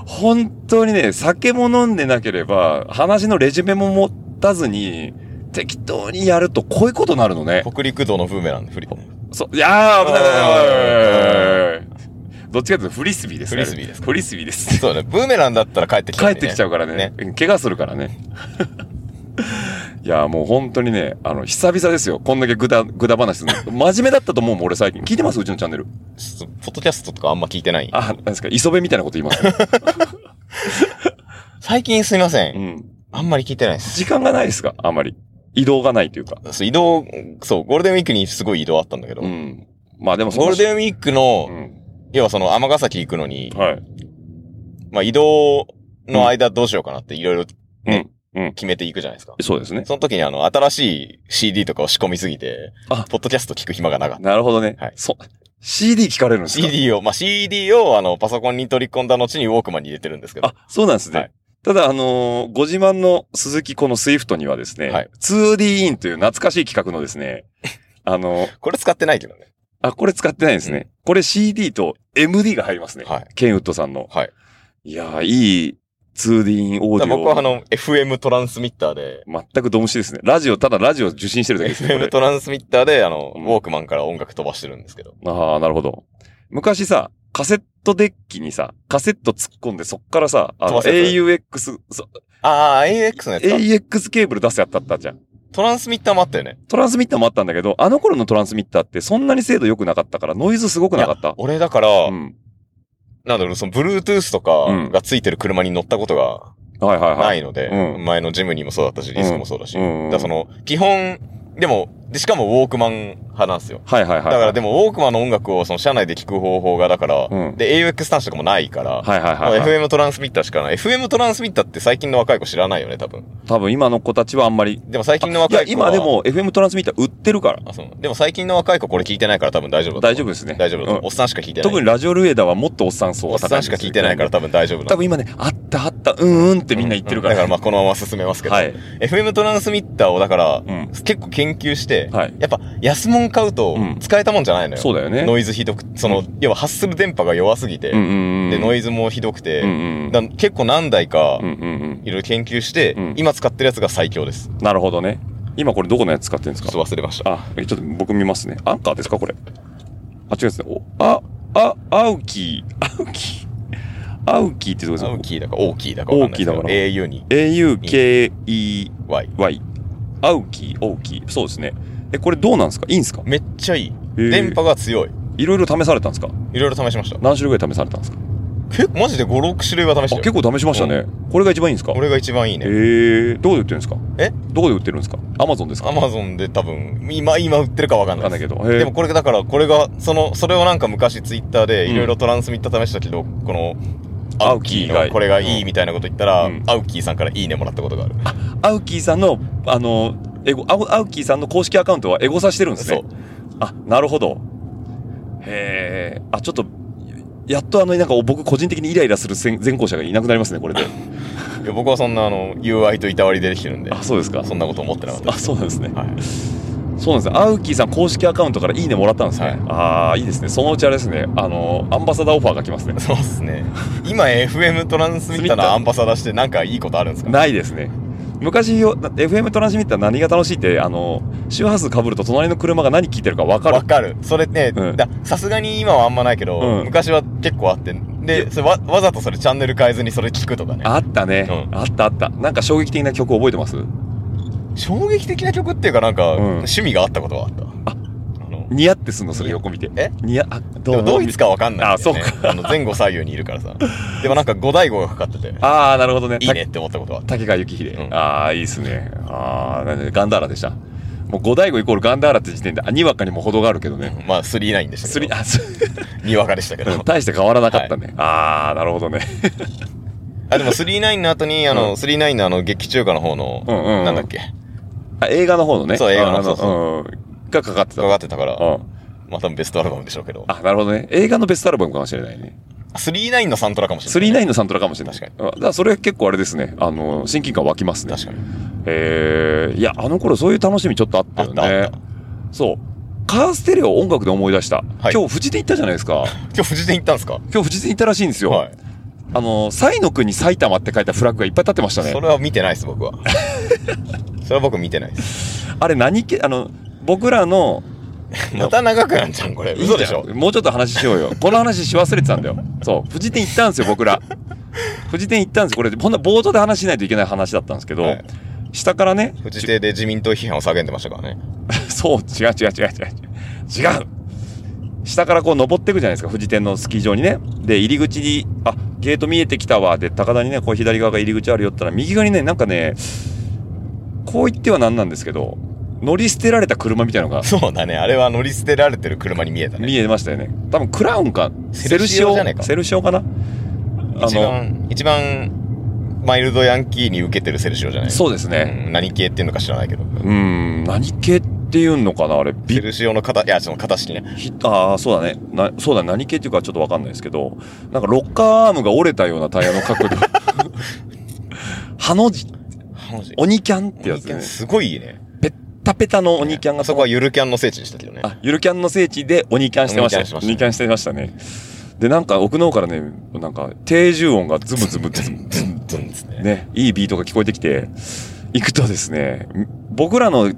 S3: 本当にね、酒も飲んでなければ、話のレジュメも持たずに、適当にやるとこういうことになるのね。
S5: 北陸道のブーメランの振り。
S3: そう、いやー、危ない危ない
S5: あ
S3: 危ない。どっちかというとフリスビーですね。
S5: フリスビーですか
S3: フリスビーです。
S5: そうだね。ブーメランだったら帰ってきち
S3: 帰
S5: ゃう、
S3: っ
S5: ね。
S3: てきちゃうからね。怪我するから ね。いや、もう本当にね、あの、久々ですよ。こんだけぐだ、ぐだ話するの。真面目だったと思うもん、俺最近。聞いてますうちのチャンネル。
S5: ちょっとポッドキャストとかあんま聞いてない。
S3: あ、なんですか、磯辺みたいなこと言います、 ね。
S5: 最近すみません。
S3: うん。
S5: あんまり聞いてないです。
S3: 時間がないですかあんまり。移動がないというか。
S5: そう移動、そう、ゴールデンウィークにすごい移動あったんだけど、
S3: うん。まあでもその
S5: ゴールデンウィークの、
S3: うん。
S5: 要はその、尼崎行くのに、
S3: はい。
S5: まあ移動の間どうしようかなっていろいろ
S3: うん。うん。
S5: 決めていくじゃないですか。
S3: そうですね。
S5: その時にあの、新しい CD とかを仕込みすぎて
S3: あ、
S5: ポッドキャスト聞く暇がなかった。
S3: なるほどね。
S5: はい
S3: そ、CD 聞かれるんですか
S5: CD を、まあ、CD をあの、パソコンに取り込んだ後にウォークマンに入れてるんですけど
S3: あ、、そうなんですね。
S5: はい
S3: ただ、あのーご自慢の鈴木このスイフトにはですね、
S5: はい
S3: 2D インという懐かしい企画のです ね、あのー
S5: これ使ってないけどね。
S3: あ、これ使ってないですね。これ CD と MD が入りますね。
S5: はい。
S3: ケンウッドさんの。
S5: はい。
S3: いやー、いい 2D インオーデ
S5: だ
S3: ィ
S5: から
S3: オ。
S5: 僕はあの、FM トランスミッターで、
S3: 全くドムシですね。ラジオ、ただラジオ受信してるだけです ね。こ
S5: FM
S3: れ
S5: トランスミッターで、あの、ウ
S3: うん
S5: ォークマンから音楽飛ばしてるんですけど。
S3: ああ、なるほど。昔さ、カセットデッキにさ、カセット突っ込んでそっからさ、あ
S5: 飛
S3: の
S5: ばすやつ
S3: AUX、そ
S5: ああ、AX のやつか。
S3: AUX ケーブル出すやったったじゃん。
S5: トランスミッターもあったよね。
S3: トランスミッターもあったんだけど、あの頃のトランスミッターってそんなに精度良くなかったから、ノイズすごくなかった
S5: 俺だから、
S3: うん。
S5: なんだろう、その、Bluetooth とかがついてる車に乗ったことが
S3: はいはいは。
S5: ないいので、
S3: うん
S5: 前のジムにもそうだったし、リスクもそうだし。
S3: うんうん
S5: だからその、基本、でも、で、しかもウォークマン派なんですよ。
S3: はいはいはい。
S5: だからでも、ウォークマンの音楽をその車内で聴く方法が、だから、
S3: うん
S5: で、AUX 端子とかもないから、
S3: はいはいはい、はい。
S5: FM トランスミッターしかない。FM トランスミッターって最近の若い子知らないよね、多分。
S3: 多分今の子たちはあんまり。
S5: でも最近の
S3: い
S5: 若
S3: や、
S5: い子は。
S3: 今で。も FM トランスミッター売ってるから。
S5: あ、そう。でも最近の若い子これ聞いてないから多分大丈夫だと
S3: 大丈夫
S5: 思う。
S3: ですね。
S5: 大丈夫だと思う
S3: う
S5: おっさんしか聞いて
S3: ん
S5: ない。
S3: 特にラジオルエダはもっとおっさん層
S5: おっ
S3: が高
S5: さ
S3: い
S5: ん
S3: です
S5: しか聞いてないから多分大丈夫だと
S3: 多
S5: 思う。
S3: 分今ね、あったあった、うんうんってみんな言ってるから。
S5: だからまあこのまま進めますけど。
S3: はい。
S5: FM トランスミッターをだから、
S3: うん。
S5: 結構研究して、
S3: はい。
S5: やっぱ安物買うと
S3: うん
S5: 使えたもんじゃないのよ。
S3: そうだよね。
S5: ノ
S3: イ
S5: イズひどく、その、要は発する電波が弱すぎて、
S3: うんうんうん。
S5: で、ノ
S3: イ
S5: イズもひどくて、
S3: うんうん。
S5: だ結構何台か
S3: うん、うんうん。
S5: いろいろ研究して、
S3: うん
S5: 今使ってるやつが最強です。
S3: なるほどね。今これどこのやつ使ってるんです
S5: ちょ
S3: か
S5: っと忘れました。
S3: あ、えちょっと僕見ますね。アンカーですかこれ。あ、違うですね。お、あ、あ、アウキー。アウキー。アウキーってどうです
S5: ア
S3: か
S5: ウキーだか、オーキーだかわかんないですけど、
S3: オーキ
S5: au に
S3: ?AUKEY。
S5: Y。
S3: アウキー、オウキー。そうですね。え、これどうなんですかいいんですか
S5: めっちゃいい。
S3: へー
S5: 電波が強い。
S3: いろいろ試されたんですか
S5: いろいろ試しました。
S3: 何種類ぐらい試されたんですか
S5: 結構、マジで5、6種類は試し
S3: あ、
S5: た
S3: 結
S5: よ。
S3: 構試しましたね。これが一番いいんですか
S5: これが一番いいね。
S3: ええどこで売ってるんですか
S5: え
S3: どこで売ってるんですかアマゾンですか
S5: アマゾンで多分、今、今売ってるかわかん
S3: わ
S5: な
S3: か
S5: い
S3: ん
S5: で
S3: ない
S5: す
S3: けど。へー
S5: でもこれだから、これが、その、それをなんか昔ツイッターでいろいろトランスミッター試したけど、この、アウキー
S3: アウキーが
S5: のこれがいいみたいなこと言ったら、
S3: うん
S5: アウキーさんからいいねもらったことが ある。
S3: アウキーさんの、あの、エゴ、アウアウキーさんの公式アカウントはエゴさしてるんですね。
S5: そう
S3: あ、なるほど。へえ。あ、ちょっと、やっとあの、なんか僕個人的にイライラする前前後者がいなくなりますね、これで。
S5: いや僕はそんなあの、友愛といたわりでできてるんで、
S3: あ、そうですか。
S5: そんなこと思ってなかった
S3: あ、
S5: です。
S3: そうなんですね。
S5: はい。
S3: そうなんですね。アウキーさん公式アカウントからいいねもらったんですね。
S5: はい
S3: ああ、いいですね。そのうちあれですね、あの、アンバサダーオファーが来ますね。
S5: そうっすね。今 FM トランスミッターのアンバサダーしてなんかいいことあるんですか
S3: ないですね。昔よ、な FM トランスミッター何が楽しいって、あの、周波数被ると隣の車が何聞いてるか分かる
S5: わ。かる。それね、
S3: うん
S5: ださすがに今はあんまないけど、
S3: うん
S5: 昔は結構あって、で、それわわざとそれチャンネル変えずにそれ聞くとかね。
S3: あったね、
S5: うん
S3: あったあった。なんか衝撃的な曲覚えてます
S5: 衝撃的な曲っていうかなんか、
S3: うん
S5: 趣味があったことはあった。
S3: あ
S5: あの、
S3: ニヤってすんの、それ横見て。
S5: え
S3: ニヤ、あ、
S5: で
S3: ど
S5: もドイツかわかんないんだよ、ね。
S3: あそう
S5: か。あの前後左右にいるから さ。でもなんか五大五がかかってて、
S3: ああ、なるほどね。
S5: いいねって思ったことはあった
S3: 竹川幸秀。
S5: うん
S3: ああ、いいっすね。ああ、なんで、ガンダーラでした。もう五大悟イコールガンダーラって時点で、あ、にわかにも程があるけどね。
S5: まあ、3ないんでした
S3: す
S5: け
S3: り、
S5: ど。
S3: あ、す
S5: にわかでしたけど。
S3: 大して変わらなかったね。あー、なるほどね。
S5: あ、でも39の後に、あ
S3: うん
S5: の、39のあの、劇中歌の方の、
S3: うんうんうん
S5: なんだっけ、
S3: あ映画の方のね。
S5: そう映画の
S3: あ
S5: そうそ
S3: うんがかかってた。
S5: かかってたから、
S3: うん。
S5: まあ多分ベストアルバムでしょうけど。
S3: あ、なるほどね。映画のベストアルバムかもしれないね。
S5: 39のサントラかもしれない。
S3: 39のサントラかもしれない。
S5: 確
S3: かに。だからそれ結構あれですね。あの、親近感湧きますね。
S5: 確かに。
S3: えー、いや、あの頃そういう楽しみちょっとあったよね。
S5: あったあった
S3: そう。カーステレオを音楽で思い出した。
S5: はい
S3: 今日、富士店行ったじゃないです か。
S5: 今日富士店行ったんですか
S3: 今日、富士店行ったらしいんですよ。
S5: はい。
S3: あの、サイの国埼玉って書いたフラッグがいっぱい立ってましたね
S5: そ。れは見てないです、僕 は。それは僕見てないです。
S3: あれ何系、あの、僕らの、
S5: また長くなんじゃん、これ。嘘でしょ
S3: いいじゃんもうちょっと話しよう よ。この話し忘れてたんだよ。そう。富士店行ったんですよ、僕ら。富士店行ったんですよ。これ、ほんと冒頭で話しないといけない話だったんですけど、
S5: はい
S3: 下からね、
S5: 富士店で自民党批判を叫んでましたからね。
S3: そう、違う違う違う違う違う。違う下からこう登っていくじゃないですか、富士店のスキー場にね。で、入り口に、あ、ゲート見えてきたわ。で、高田にね、こう左側が入り口あるよって言ったら、右側にね、なんかね、こう言ってはなんなんですけど、乗り捨てられた車みたいなのが
S5: そうだね。あれは乗り捨てられてる車に見えたね。
S3: 見えましたよね。多分クラウンか、
S5: セルシオじゃないか
S3: セルシオかな。あ
S5: 一番、一番、マイルドヤンキーに受けてるセルシオじゃない
S3: そうですね。
S5: うん何系っていうのか知らないけど。
S3: うん、何系っていうのかな、あれ。ビ
S5: セルシオの形、いや、その形式ね。
S3: ひああ、そうだね。な、そうだ、何系っていうかちょっとわかんないですけど、なんかロッカーアームが折れたようなタイヤの角 度。ハの字、鬼キャンってやつね。
S5: すごいいいね。
S3: ペッタペタの鬼キャンが、
S5: あそこはゆるキャンの聖地でしたけどね。
S3: あ、ゆるキャンの聖地で鬼キャンしてましたね。鬼
S5: 鬼
S3: キ
S5: キ
S3: ャ
S5: ャ
S3: ンしてましたね。で、なんか奥の方からね、なんか低重音がズムズムズムズム
S5: ずんですね。
S3: ね、いいビートが聞こえてきて、行くとですね、僕らの、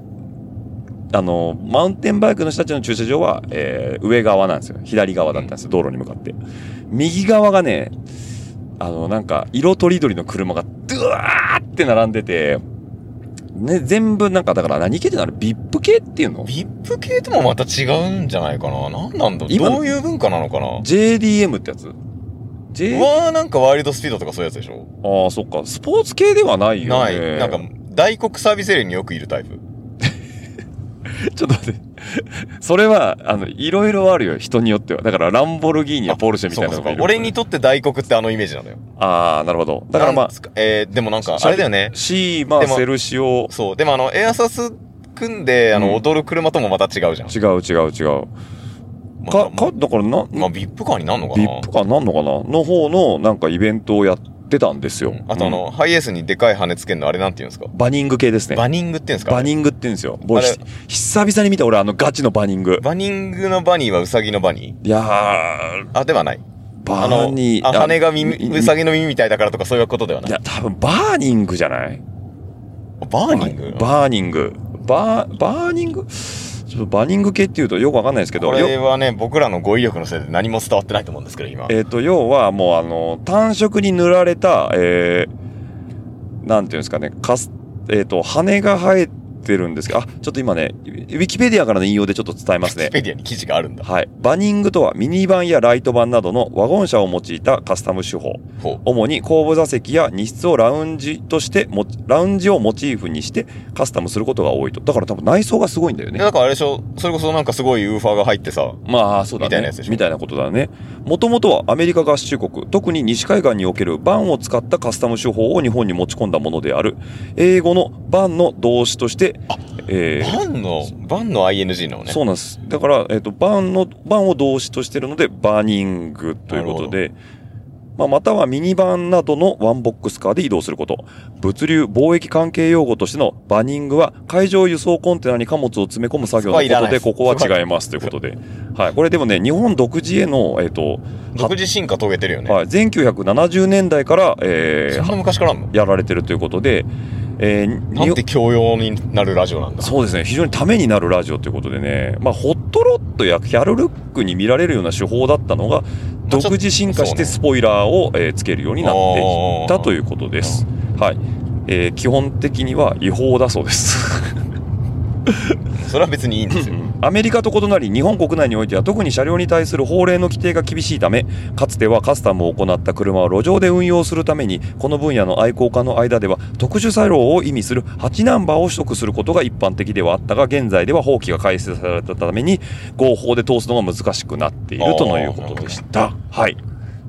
S3: あの、マウンテンバイクの人たちの駐車場は、えー上側なんですよ。左側だったんですよ。道路に向かって。右側がね、あの、なんか、色とりどりの車が、ドゥワーって並んでて、ね、全部なんか、だから何系ってなるビップ系っていうの
S5: ビップ系ともまた違うんじゃないかな。なんなんだ
S3: 今
S5: どういう文化なのかな
S3: ?JDM ってやつ ?J、あ
S5: うわーなんかワイルドスピードとかそういうやつでしょ
S3: あー、そっか。スポーツ系ではないよ
S5: ない。
S3: ね。
S5: なんか、大黒サービスエリアによくいるタイプ。
S3: ちょっと待って。それは、あの、いろいろあるよ、人によっては。だから、ランボルギーニやポルシェみたいな
S5: そ
S3: の
S5: うか
S3: がい
S5: そ
S3: うる
S5: か俺にとって大黒ってあのイメージなのよ。
S3: ああ、なるほど。だからま
S5: なんつかえー、でもなんか
S3: あ、、
S5: あれだよね。
S3: シーマ
S5: で
S3: ー、
S5: も
S3: セルシオ、
S5: そう。でもあの、エアサス組んで、あの、
S3: うん
S5: 踊る車ともまた違うじゃん。
S3: 違う違う違う。
S5: ま
S3: か、
S5: ま
S3: か、だからな、
S5: まあ、ビップカーになんのか
S3: ビ
S5: な
S3: ップかなんのかなの方の、なんかイベントをやってたんですよ。
S5: あとあの、ハイエースにでかい羽つけんのあれなんて言うんですか
S3: うん、バニング系ですね。
S5: バニングって言うんですか
S3: バニングって言うんですよ。もう
S5: あれ
S3: ひ久々に見た俺、あの、ガチのバニング。
S5: バニングのバニーはウサギのバニー
S3: いやー、
S5: あ、ではない。あ
S3: バ
S5: の、
S3: ニー。
S5: あ羽が耳、
S3: み
S5: ウサギの耳みたいだからとかそういうことではない
S3: い。や、多分、バーニングじゃない
S5: バーニング
S3: バーニング。バー、バーニングちょっとバーニング系っていうとよくわかんないですけど、
S5: これ
S3: よ
S5: はね、僕らの語彙力のせいで何も伝わってないと思うんですけど、今。
S3: えっ、と、要はもうあの、単色に塗られた、えー、なんていうんですかね、かす、えっ、と、羽が生えてるんですけど、あ、ちょっと今ね、ウィキペディアからの引用でちょっと伝えます
S5: ウィキ
S3: ね。
S5: ペディアに記事があるんだ。
S3: はい。バニングとはミニバンやライトバンなどのワゴン車を用いたカスタム手法。
S5: ほう。
S3: 主に後部座席や荷室をラウンジとしても、ラウンジをモチーフにしてカスタムすることが多いと。だから多分内装がすごいんだよね
S5: で。だからあれでしょ、それこそなんかすごいウーファーが入ってさ、
S3: まあ、そうだね。
S5: みたいなやつでしょ
S3: みたいなことだね。もともとはアメリカ合衆国、特に西海岸におけるバンを使ったカスタム手法を日本に持ち込んだものである。英語のバンの動詞として、えー
S5: バンの、バンの ING なのね。
S3: そうなんです。だから、えっ、と、バンの、バンを動詞としてるので、バーニングということで、まあ、またはミニバンなどのワンボックスカーで移動すること。物流、貿易関係用語としてのバニングは、海上輸送コンテナに貨物を詰め込む作業のこ
S5: そこはいら
S3: と
S5: ないで
S3: で、
S5: す
S3: ここは違いますということで。はい。これでもね、日本独自への、えっ、と、
S5: 独自進化遂げてるよね。
S3: はい、1970年代から、え
S5: そん
S3: ー
S5: な昔からあんの
S3: やられてるということで、えー
S5: なんて教養になるラジオなんだ。
S3: そうですね、非常にためになるラジオということでね、まあ、ホットロットやヒャルルックに見られるような手法だったのが、
S5: ちょっと
S3: 独自進化して
S5: そうね
S3: スポイラーを、えーつけるようになっていった
S5: あー
S3: ということです。はいえー基本的には違法だそうです。
S5: それは別にいいんですよ。
S3: アメリカと異なり日本国内においては特に車両に対する法令の規定が厳しいためかつてはカスタムを行った車を路上で運用するためにこの分野の愛好家の間では特殊車両を意味する8ナンバーを取得することが一般的ではあったが現在では法規が改正されたために合法で通すのが難しくなっているとのいうことでしたはい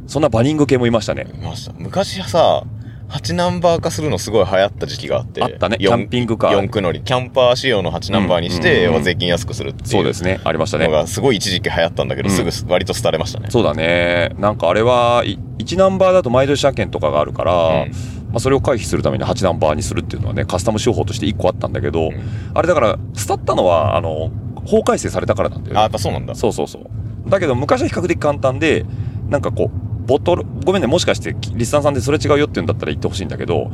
S3: そんなバニング系もいましたね
S5: いました昔さ、8ナンバー化するのすごい流行った時期があって。
S3: あったね
S5: 四
S3: キャンピングカー
S5: 四駆乗り。キャンパー仕様の8ナンバーに
S3: うん
S5: し
S3: うん
S5: て、
S3: うん
S5: まあ税金安くするっていう。
S3: そうですねありましたね
S5: のがすごい一時期流行ったんだけど、
S3: うん
S5: すぐ割と廃れましたね。
S3: そうだね。なんかあれは、1ナンバーだと毎年車検とかがあるから、
S5: う
S3: ま
S5: ん
S3: あ、それを回避するために8ナンバーにするっていうのはね、カスタム手法として1個あったんだけど、
S5: ん
S3: あれだから、廃ったのは、あの、法改正されたからなんだよ
S5: あ、や
S3: ね
S5: っ。ぱそうなんだ。
S3: そうそうそう。だけど、昔は比較的簡単で、なんかこう、ボトル、ごめんね、もしかして、リスナーさんでそれ違うよって言うんだったら言ってほしいんだけど、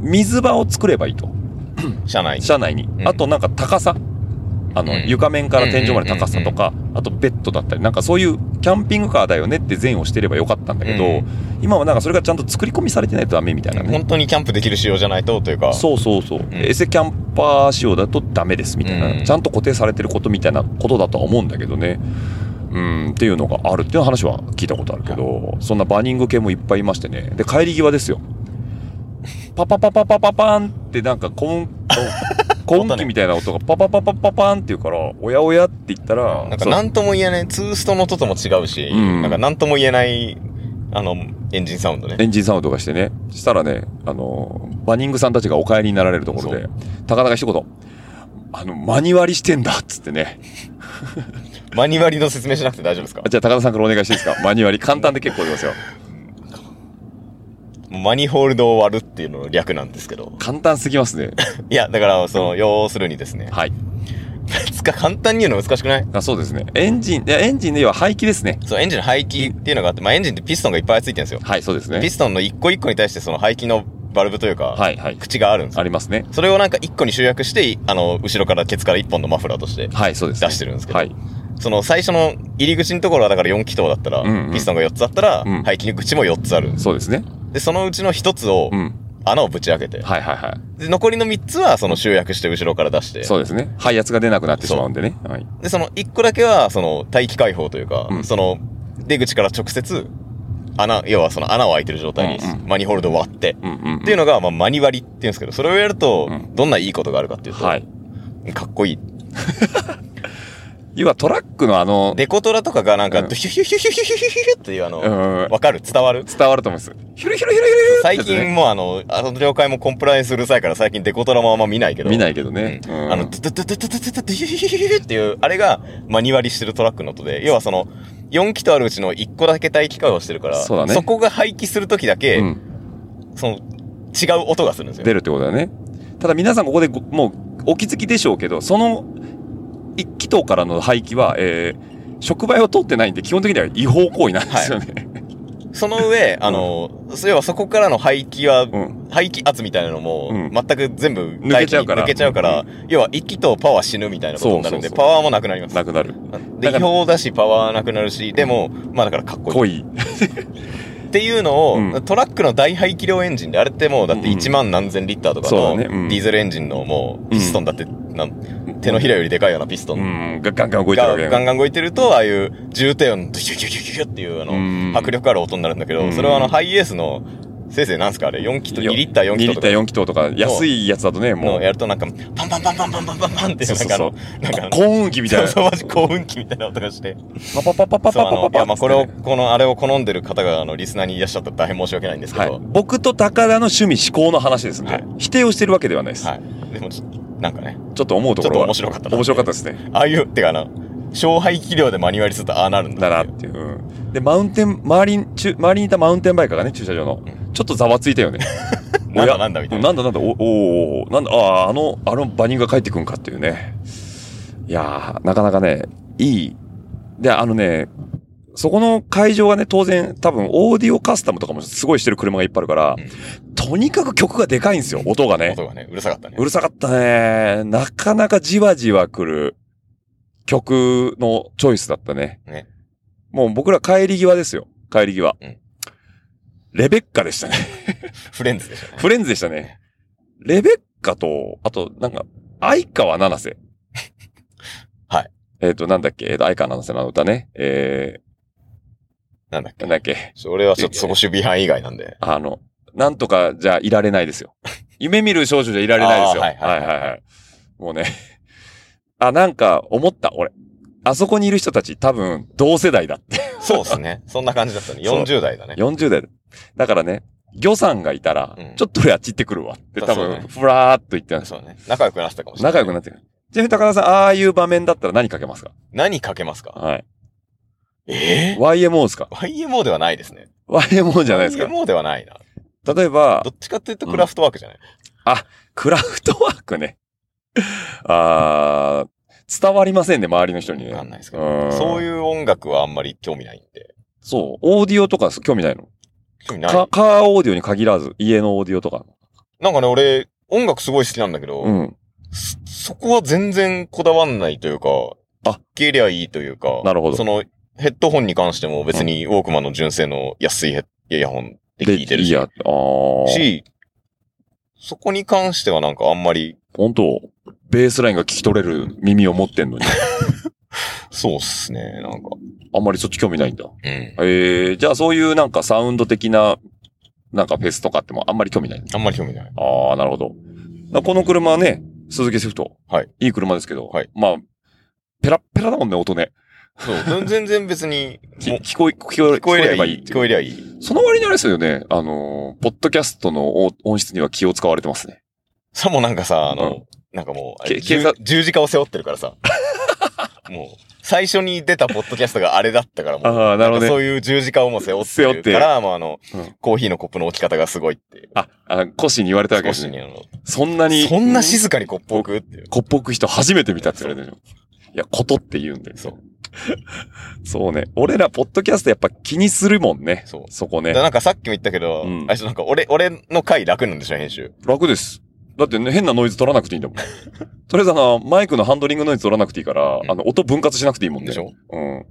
S3: 水場を作ればいいと。
S5: 車内に。
S3: 車内に、
S5: うん
S3: あとなんか高さあの、
S5: うん
S3: 床面から天井まで高さとか、あとベッドだったりなんかそういうキャンピングカーだよねって善をしてればよかったんだけど、
S5: うん
S3: 今はなんかそれがちゃんと作り込みされてないとダメみたいなね
S5: 本、当にキャンプできる仕様じゃないとというか、
S3: そうそうそう、エセキャンパー仕様だとダメですみたいな、
S5: うん
S3: ちゃんと固定されてることみたいなことだとは思うんだけどねうんっていうのがあるっていう話は聞いたことあるけどそんなバーニング系もいっぱいいましてねで帰り際ですよパパパパパパパーンってなんか コンコンキみたいな音がパパパパパパーンって言うからおやおやって言ったら
S5: なんか何とも言えない、ツーストの音とも違うし、
S3: うん
S5: なんか何とも言えない、あの、エンジンサウンドね。
S3: エンジンサウンドがしてね。したらね、あの、バニングさんたちがお帰りになられるところで
S5: そ、
S3: たかたか一言、あの、マニ割りしてんだっつってね。
S5: マニュアルの説明しなくて大丈夫ですか
S3: あじゃあ高田さんからお願いしていいです かマニ割り。簡単で結構ですよ。
S5: マニホールドを割るっていうのの略なんですけど。
S3: 簡単すぎますね。
S5: いや、だから、その、要するにですね。
S3: はい。
S5: つか、簡単に言うの難しくない
S3: あそうですね。エンジン、いやエンジンで要は排気ですね。
S5: そう、エンジンの排気っていうのがあって、まあ、エンジンってピストンがいっぱいついてるんですよ。
S3: はい、そうですね
S5: ピ。ストンの一個一個に対して、その排気のバルブというか、
S3: はい、はい。
S5: 口があるんです
S3: あ
S5: よ。
S3: りますね。
S5: それをなんか一個に集約して、いあの、後ろから、ケツから一本のマフラーとして、
S3: はい、そうです、ね。
S5: 出してるんですけど
S3: はい。
S5: その最初の入り口のところはだから4気筒だったら、
S3: うんうん
S5: ピストンが4つあったら、
S3: うん
S5: 排気口も4つあるんです。
S3: そうですね。
S5: で、そのうちの1つを
S3: う、ん。
S5: 穴をぶち開けて、
S3: はい、はい、はい。
S5: で、残りの3つはその集約して後ろから出して、
S3: そうですね。排圧が出なくなってしまうんでね。はい。
S5: で、その1個だけは、その待機解放というか、
S3: うん
S5: その出口から直接、穴、要はその穴を開いてる状態に
S3: うんう
S5: マニホールドを割って、
S3: うん、うん。
S5: っていうのが、まあ、マニ割りっていうんですけど、それをやると
S3: う、ん
S5: どんないいことがあるかっていうと、
S3: はい。
S5: かっこいい。
S3: 要はトラックのあの、
S5: デコトラとかがなんか、
S3: うん
S5: ヒュヒュヒュヒュヒュヒュヒュヒュっていうあの、
S3: うんうんうん
S5: わかる伝わる
S3: 伝わると思います。ヒュルヒュルヒュルヒュルヒュルって
S5: 最
S3: やつね
S5: 近もうあの、あの業界もコンプライアンスうるさいから最近デコトラもあんま見ないけど。。
S3: 見ないいけどね。うん
S5: あの、トゥトゥトゥトゥトゥトゥトゥヒュヒュヒュヒュヒュっていう、あれが、マニュアリしてるトラックの音で、要はその、4機とあるうちの1個だけ待機解放してるから、
S3: そうだね
S5: こが排気するときだけ、
S3: うん
S5: その、違う音がするんですよ。
S3: 出るってことだよね。ただ皆さんここでごもうお気づきでしょうけど、その一気筒からの排気は、えー、触媒を通ってないんで基本的には違法行為なんですよね。
S5: その上、あの、そういえばそこからの排気は、
S3: うん
S5: 排気圧みたいなのも、
S3: うん
S5: 全く全部
S3: 抜けちゃうから
S5: 排気抜けちゃうから、
S3: う
S5: 要は1気とパワー死ぬみたいなことになるんで、
S3: そうそうそう
S5: パワーもなくなります。
S3: なくなる。だ
S5: で、
S3: から
S5: 違法だし、パワーなくなるし、でも、まあだからかっこいい。
S3: 行為。
S5: っていうのを、
S3: うん
S5: トラックの大排気量エンジンで、あれってもうだっ
S3: うん
S5: て
S3: うん
S5: 1万何千リッターとか
S3: そう
S5: の
S3: だねうん
S5: ディーゼルエンジンのもうピストンだって、なん手のひらよりでかいようなピスト
S3: う
S5: ン
S3: ん、がガンガン動いてる
S5: が
S3: わけよ
S5: ガンガン動いてると、ああいう重低音のヒュヒュヒュヒュヒュっていうあ
S3: うん
S5: の迫力ある音になるんだけ
S3: う
S5: ど、
S3: ん
S5: それはあのハイエースの、せいぜいなんすかあれ、4気と2リッター4気
S3: 2リ
S5: と
S3: ッター
S5: か
S3: 4気筒とか、安いやつだとね、も
S5: の
S3: う、
S5: やるとなんか、パンパンパンパンパンパンパンパンってい
S3: そ
S5: う、
S3: う
S5: なん
S3: そう
S5: かあ
S3: そう
S5: の、なんかあの、
S3: 幸運機みたいな。
S5: そうそうマジ興奮機みたいな音がして。
S3: パパパパパ
S5: そう、
S3: パ
S5: あ
S3: パ
S5: の、い
S3: パ
S5: や、ま
S3: パ
S5: あ、これを、この、あれを好んでる方が、あの、リスナーにいらっしゃったら大変申し訳ないんですけ
S3: はい
S5: ど、、
S3: 僕と高田の趣味思考の話ですんで、
S5: はい
S3: 否定をしてるわけではないです、
S5: はい。でもちょっと、なんかね、
S3: ちょっと思うところは
S5: ちょっと面白かったな
S3: 面白かったですね
S5: ああいう、てかな、勝敗気量でマニュアルするとああなるん
S3: だな
S5: だっ
S3: って
S5: いう
S3: ていう、うんでマウンテン周りにちゅ周りにいたマウンテンバイカーがね駐車場の、
S5: う
S3: ちょっとざわついたよね
S5: なんだ
S3: おや
S5: なんだみたいな
S3: なんだなんだおおーなんだあああのあのバニングが帰ってくんかっていうねいやーなかなかねいいであのねそこの会場はね、当然、多分、オーディオカスタムとかもすごいしてる車がいっぱいあるから、とにかく曲がでかいんですよ、音がね。
S5: 音がね、うるさかったね
S3: う。るさかったね。なかなかじわじわ来る曲のチョイスだったね。
S5: ね
S3: もう僕ら帰り際ですよ。帰り際。
S5: うん
S3: レベッカでした ね。
S5: フレンズでしょ。
S3: フレンズでしたね。レベッカと、あと、なんか、相川七瀬。
S5: はい。
S3: えっ、と、なんだっけ、えっ、と、相川七瀬の歌ね。え
S5: なんだっ
S3: ー、
S5: け
S3: なん。だっけ、
S5: それはちょっとそこ守備範囲以外なんで。
S3: あの、なんとかじゃいられない ですよ。夢見る少女じゃいられないですよ。
S5: あ
S3: はい
S5: ーは
S3: はい
S5: いはいはい
S3: はい。もうね。 あ、なんか、思った、俺。あそこにいる人たち、多分、同世代だ って。
S5: そうで すね。そんな感じだったね。
S3: そう
S5: 40代だね。
S3: 40代だ。だからね、魚さんがいたら、
S5: うん
S3: ちょっと俺あっち行ってくるわって、多
S5: そう
S3: 分、
S5: ね
S3: ふらーっと言ってます。
S5: そうね。仲良くなってたかもしれない。
S3: 仲良くなってる。ちなみに高田さん、ああいう場面だったら何かけますか
S5: 何かけますか
S3: はい。
S5: え
S3: YMO ですか
S5: ぇ ?YMO ではないですね。
S3: ?YMO じゃないですか
S5: YMO ではないな。
S3: 例えば
S5: ど、っちかっていうとクラフトワークじゃない、
S3: クラフトワークね。あー、伝わりませんね、周りの人にね。
S5: わかんないですけ
S3: うん
S5: ど。そういう音楽はあんまり興味ないんで。
S3: そう。オーディオとか興味ないの
S5: 興味ない。
S3: カカーオーディオに限らず、家のオーディオとか。
S5: なんかね、俺、音楽すごい好きなんだけど、
S3: うん。
S5: そそこは全然こだわんないというか、
S3: あ
S5: 聞けりゃいいというか、
S3: なるほど
S5: その、ヘッドホンに関しても別にウォークマンの純正の安いヘッイヤホンで聞いてる
S3: い
S5: し、
S3: や、あー。
S5: しそこに関してはなんかあんまり、
S3: 本当ベースラインが聞き取れる耳を持ってんのに、
S5: そうっすね、なんか。
S3: あんまりそっち興味ないんだ。
S5: うん。
S3: えー、じゃあそういうなんかサウンド的な、なんかフェスとかってもあんまり興味ない。
S5: あんまり興味ない。
S3: ああ、なるほど。だこの車はね、鈴木シフト。
S5: はい。
S3: いい車ですけど。
S5: はい。
S3: まあ、ペラッペラだもんね、音ね。
S5: そう、全然別に、
S3: き
S5: もう
S3: 聞こえ、聞こえ、
S5: 聞こえ
S3: 聞こえれ
S5: りゃ
S3: ば
S5: い
S3: い
S5: い
S3: い。っ
S5: 聞
S3: ていう
S5: こえりゃいい。
S3: その割にあれですよね。あのー、ポッドキャストの音音質には気を使われてますね。
S5: さもなんかさ、あ
S3: う
S5: の、なんかもうあ
S3: け
S5: れ、
S3: 警
S5: 十
S3: 察
S5: 十字架を背負ってるから さ。もう、最初に出たポッドキャストがあれだったからもう、
S3: ああ、なるほど
S5: そ
S3: ね。
S5: ういう十字架をもう背負って
S3: 背負っ
S5: る
S3: て
S5: から、まあ、あの、
S3: うん
S5: コーヒーのコップの置き方がすごいっていう。
S3: あ、あ、コシに言われたわけで
S5: 少
S3: す
S5: しに
S3: ね。
S5: あの
S3: そんなに。
S5: そんな静かにコップ置くっていう。
S3: こっぽく人初めて見たって言われてるよ。いや、ことって言うんだよ。
S5: そう。
S3: そうね。俺ら、ポッドキャストやっぱ気にするもんね。
S5: そう
S3: そこ
S5: だ
S3: ね
S5: から。なんかさっきも言ったけど、
S3: うん
S5: あれなんか俺、俺の回楽なんでしょ、編集。
S3: 楽です。だってね、変なノイズ取らなくていいんだ もん。とりあえずあの、マイクのハンドリングノイズ取らなくていいから、
S5: うん
S3: あの、音分割しなくていいもんね。
S5: でしょ
S3: うん。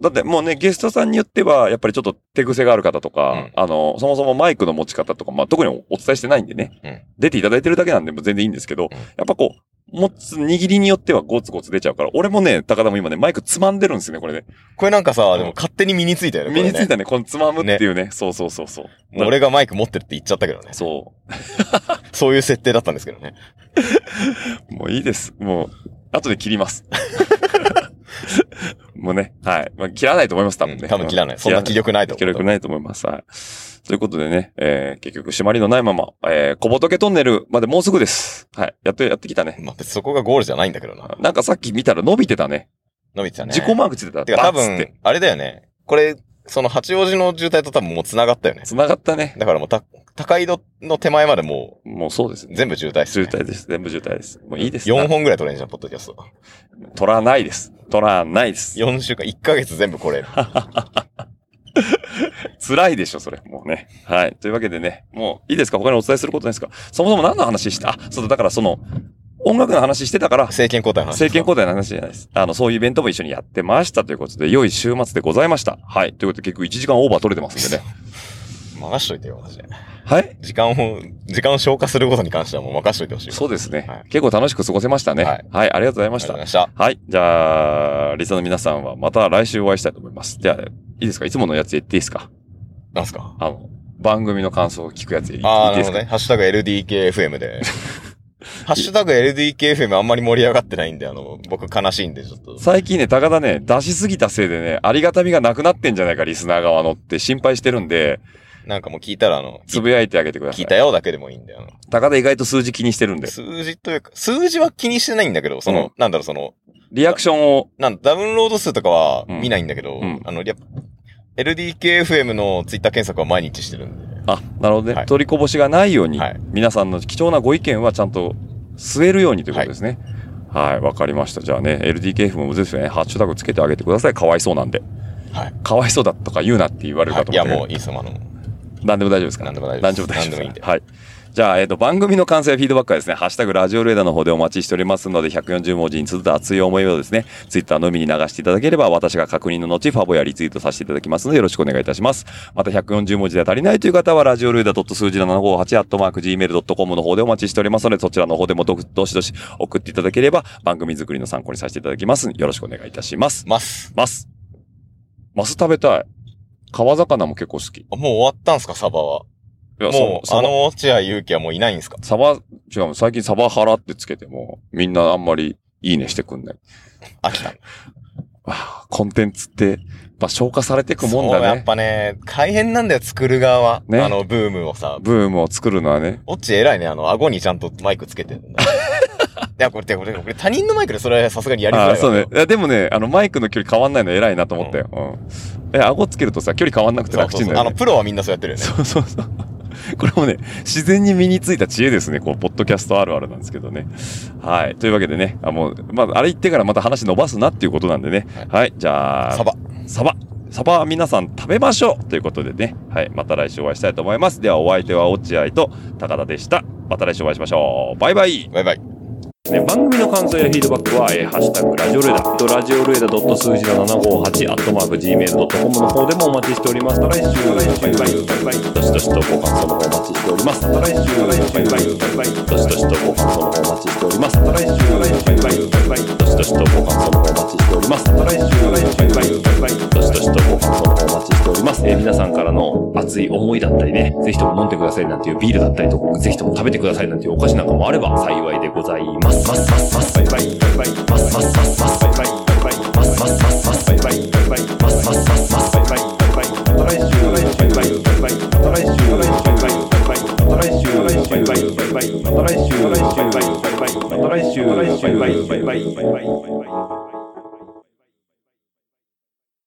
S3: だってもうね、ゲストさんによっては、やっぱりちょっと手癖がある方とか、あの、そもそもマイクの持ち方とか、まあ、特におお伝えしてないんでね、
S5: うん
S3: 出ていただいてるだけなんでもう全然いいんですけど、
S5: うん
S3: やっぱこう、持つ握りによってはゴツゴツ出ちゃうから、俺もね、高田も今ね、マイクつまんでるんですよね、これね。
S5: これなんかさ、でも勝手に身についたよね。こ
S3: 身
S5: れね
S3: についたね、このつまむっていうね、そうそうそうそう。
S5: もう俺がマイク持ってるって言っちゃったけどね。
S3: そう。
S5: そういう設定だったんですけどね。
S3: もういいです。もう、後で切り ます。もうね、はい。まあ、切らないと思います、多分ね。
S5: うん多分切らない。そんな気
S3: 切ら
S5: 力ないと
S3: ない
S5: 思う。
S3: 気力ないと思います。はい。ということでね、えー、結局、締まりのないまま、えー、小仏トンネルまでもうすぐです。はい。やっと、やってきたね。
S5: まあ、別にそこがゴールじゃないんだけどな。
S3: なんかさっき見たら伸びてたね。
S5: 伸びてたね。
S3: 自己マークついてた。
S5: てか多
S3: バッつっ
S5: 分
S3: て、
S5: あれだよね。これ、その八王子の渋滞と多分もう繋がったよね。
S3: 繋がったね。
S5: だからもうた、高井戸の手前までも
S3: もうそうです
S5: う
S3: ね。
S5: 全部渋滞です、
S3: 渋
S5: ね。
S3: 滞です。全部渋滞です。もういいです。
S5: 4本ぐらい取れんじゃん、ポッドキャスト。
S3: 取らないです。取らないです。
S5: 4週間、1ヶ月全部これ。
S3: 辛いでしょ、それ。もうね。はい。というわけでね、もういいですか他にお伝えすることないですかそもそも何の話したあ、そうだ、だからその、音楽の話してたから、
S5: 政権交代の話。
S3: 政権交代の話じゃないです。あの、そういうイベントも一緒にやってましたということで、良い週末でございました。はい。ということで、結局1時間オーバー取れてますんで ね。
S5: 任しといてよ、マジで。
S3: はい
S5: 時間を、時間を消化することに関してはもう任しといてほしい。
S3: そうですね、
S5: はい
S3: 結構楽しく過ごせましたね。は
S5: はいい。
S3: ありがとうございまし
S5: ありがとうござい
S3: た
S5: ま。した。
S3: はい。じゃあ、リサの皆さんはまた来週お会いしたいと思います。じゃあ、いいですかいつものやつ言っていいですか
S5: なんすか
S3: あの、番組の感想を聞くやつ言って
S5: ああ、
S3: いい
S5: な
S3: で
S5: る
S3: す
S5: ほ
S3: か
S5: どね。ハッシュタグ LDKFM で。ハッシュタグ LDKFM あんまり盛り上がってないんで、あの、僕悲しいんで、ちょっと。
S3: 最近ね、高田ね、出しすぎたせいでね、ありがたみがなくなってんじゃないか、リスナー側のって心配してるんで、
S5: なんかもう聞いたら、あの、
S3: つぶやいてあげてくださ
S5: 聞
S3: い。
S5: いたよだけでもいいんだよな。
S3: 高田意外と数字気にしてるんで、
S5: 数字というか、数字は気にしてないんだけど、そ
S3: う
S5: の、
S3: ん
S5: なんだろう、その、
S3: リアクションを、
S5: なんダウンロード数とかは
S3: うん
S5: 見ないんだけど、
S3: うん
S5: あの、やっぱ LDKFM のツイッター検索は毎日してるんで。
S3: あ、なるほどね、
S5: はい
S3: 取りこぼしがないように、
S5: はい
S3: 皆さんの貴重なご意見はちゃんと据えるようにということですね。はい、わ、かりました。じゃあね、LDKF もぜひね、ハッシュタグつけてあげてください。かわいそうなんで。
S5: はい。
S3: かわいそうだとか言うなって言われるか
S5: はい
S3: と
S5: い
S3: 思
S5: や、
S3: って、
S5: もういいっすよ、あの、
S3: 何でも大丈夫ですか
S5: 何でも大丈夫
S3: 大
S5: です
S3: 丈夫です。
S5: 何でもいいんで
S3: はい。じゃあ、えっ、と、番組の完成フィードバックはですね、ハッシュタグラジオルエダの方でお待ちしておりますので、140文字に綴った熱い思いをですね、ツイッターのみに流していただければ、私が確認の後、ファボやリツイートさせていただきますので、よろしくお願いいたします。また、140文字では足りないという方は、ラジオルエダ数字の758、アットマーク、gmail.com の方でお待ちしておりますので、そちらの方でもどどしどし送っていただければ、番組作りの参考にさせていただきます。よろしくお願いいたします。
S5: ます。
S3: ます。マス食べたい。川魚も結構好き。い
S5: あもう終わったんすか、サバは。
S3: や
S5: もう、
S3: サバ
S5: あの落合勇気はもういないんすか
S3: サバ、違う、最近サバハラってつけても、みんなあんまりいいねしてくんない。
S5: 飽 きた。
S3: ああコンテンツって、やっぱ消化されてくもん
S5: そう
S3: だ
S5: やっ
S3: ね。
S5: ぱね、大変なんだよ、作る側は。
S3: ね
S5: あの、ブームをさ。
S3: ブームを作るのはね。
S5: オッチ偉いね、あの、顎にちゃんとマイクつけてるん だ。いや、これ、でこれ、これ他人のマイクでそれはさすがにやりづらい
S3: あ
S5: わ
S3: あ、そうね。いやでもね、あの、マイクの距離変わんないの偉いなと思ったよ。うん。え、顎つけるとさ、距離変わんなくて
S5: そう
S3: 楽
S5: そう
S3: ちん
S5: そう
S3: だよ、
S5: あの、
S3: ね。
S5: プロはみんなそうやってるよね。
S3: そうそうそう。 これもね、自然に身についた知恵ですね。こう、ポッドキャストあるあるなんですけどね。はい。というわけでね、あ、もう、まあ、あれ言ってからまた話伸ばすなっていうことなんでね。はい。じゃあ、
S5: サバ。
S3: サバ。サバは皆さん食べましょうということでね。はい。また来週お会いしたいと思います。ではお相手は落合と高田でした。また来週お会いしましょう。バイバイ。
S5: バイバイ。
S3: ね、番組の感想やフィードバックは、えーハッシュタグラジオルエダ、えっとラジオルエダ数字の758、アットマーク Gmail.com の方でもお待ちしております。また来週、バイバイ、バイバイ、どしどしとご感想の方お待ちしております。また来週、バイバイ、バイバイ、どしどしとご感想の方お待ちしております。また来週、バイバイ、バイバイ、どしどしとご感想の方お待ちしております。また来週、バイバイ、バイバイ、どしどしとご感想の方お待ちしております。えー皆さんからの熱い思いだったりね、ぜひとも飲んでくださいなんていうビールだったりとか、ぜひとも食べてくださいなんていうお菓子なんかもあれば幸いでございます。ますますますバイバイバイバイますますますますバイバイバイバイますますますますバイバイバイバイますますますますバイバイバイバイまた来週バイバイバイバイまた来週バイバイバイバイまた来週バイバイバイバイバイまた来週バイバイバイバイまた来週バイバイバイバイバイ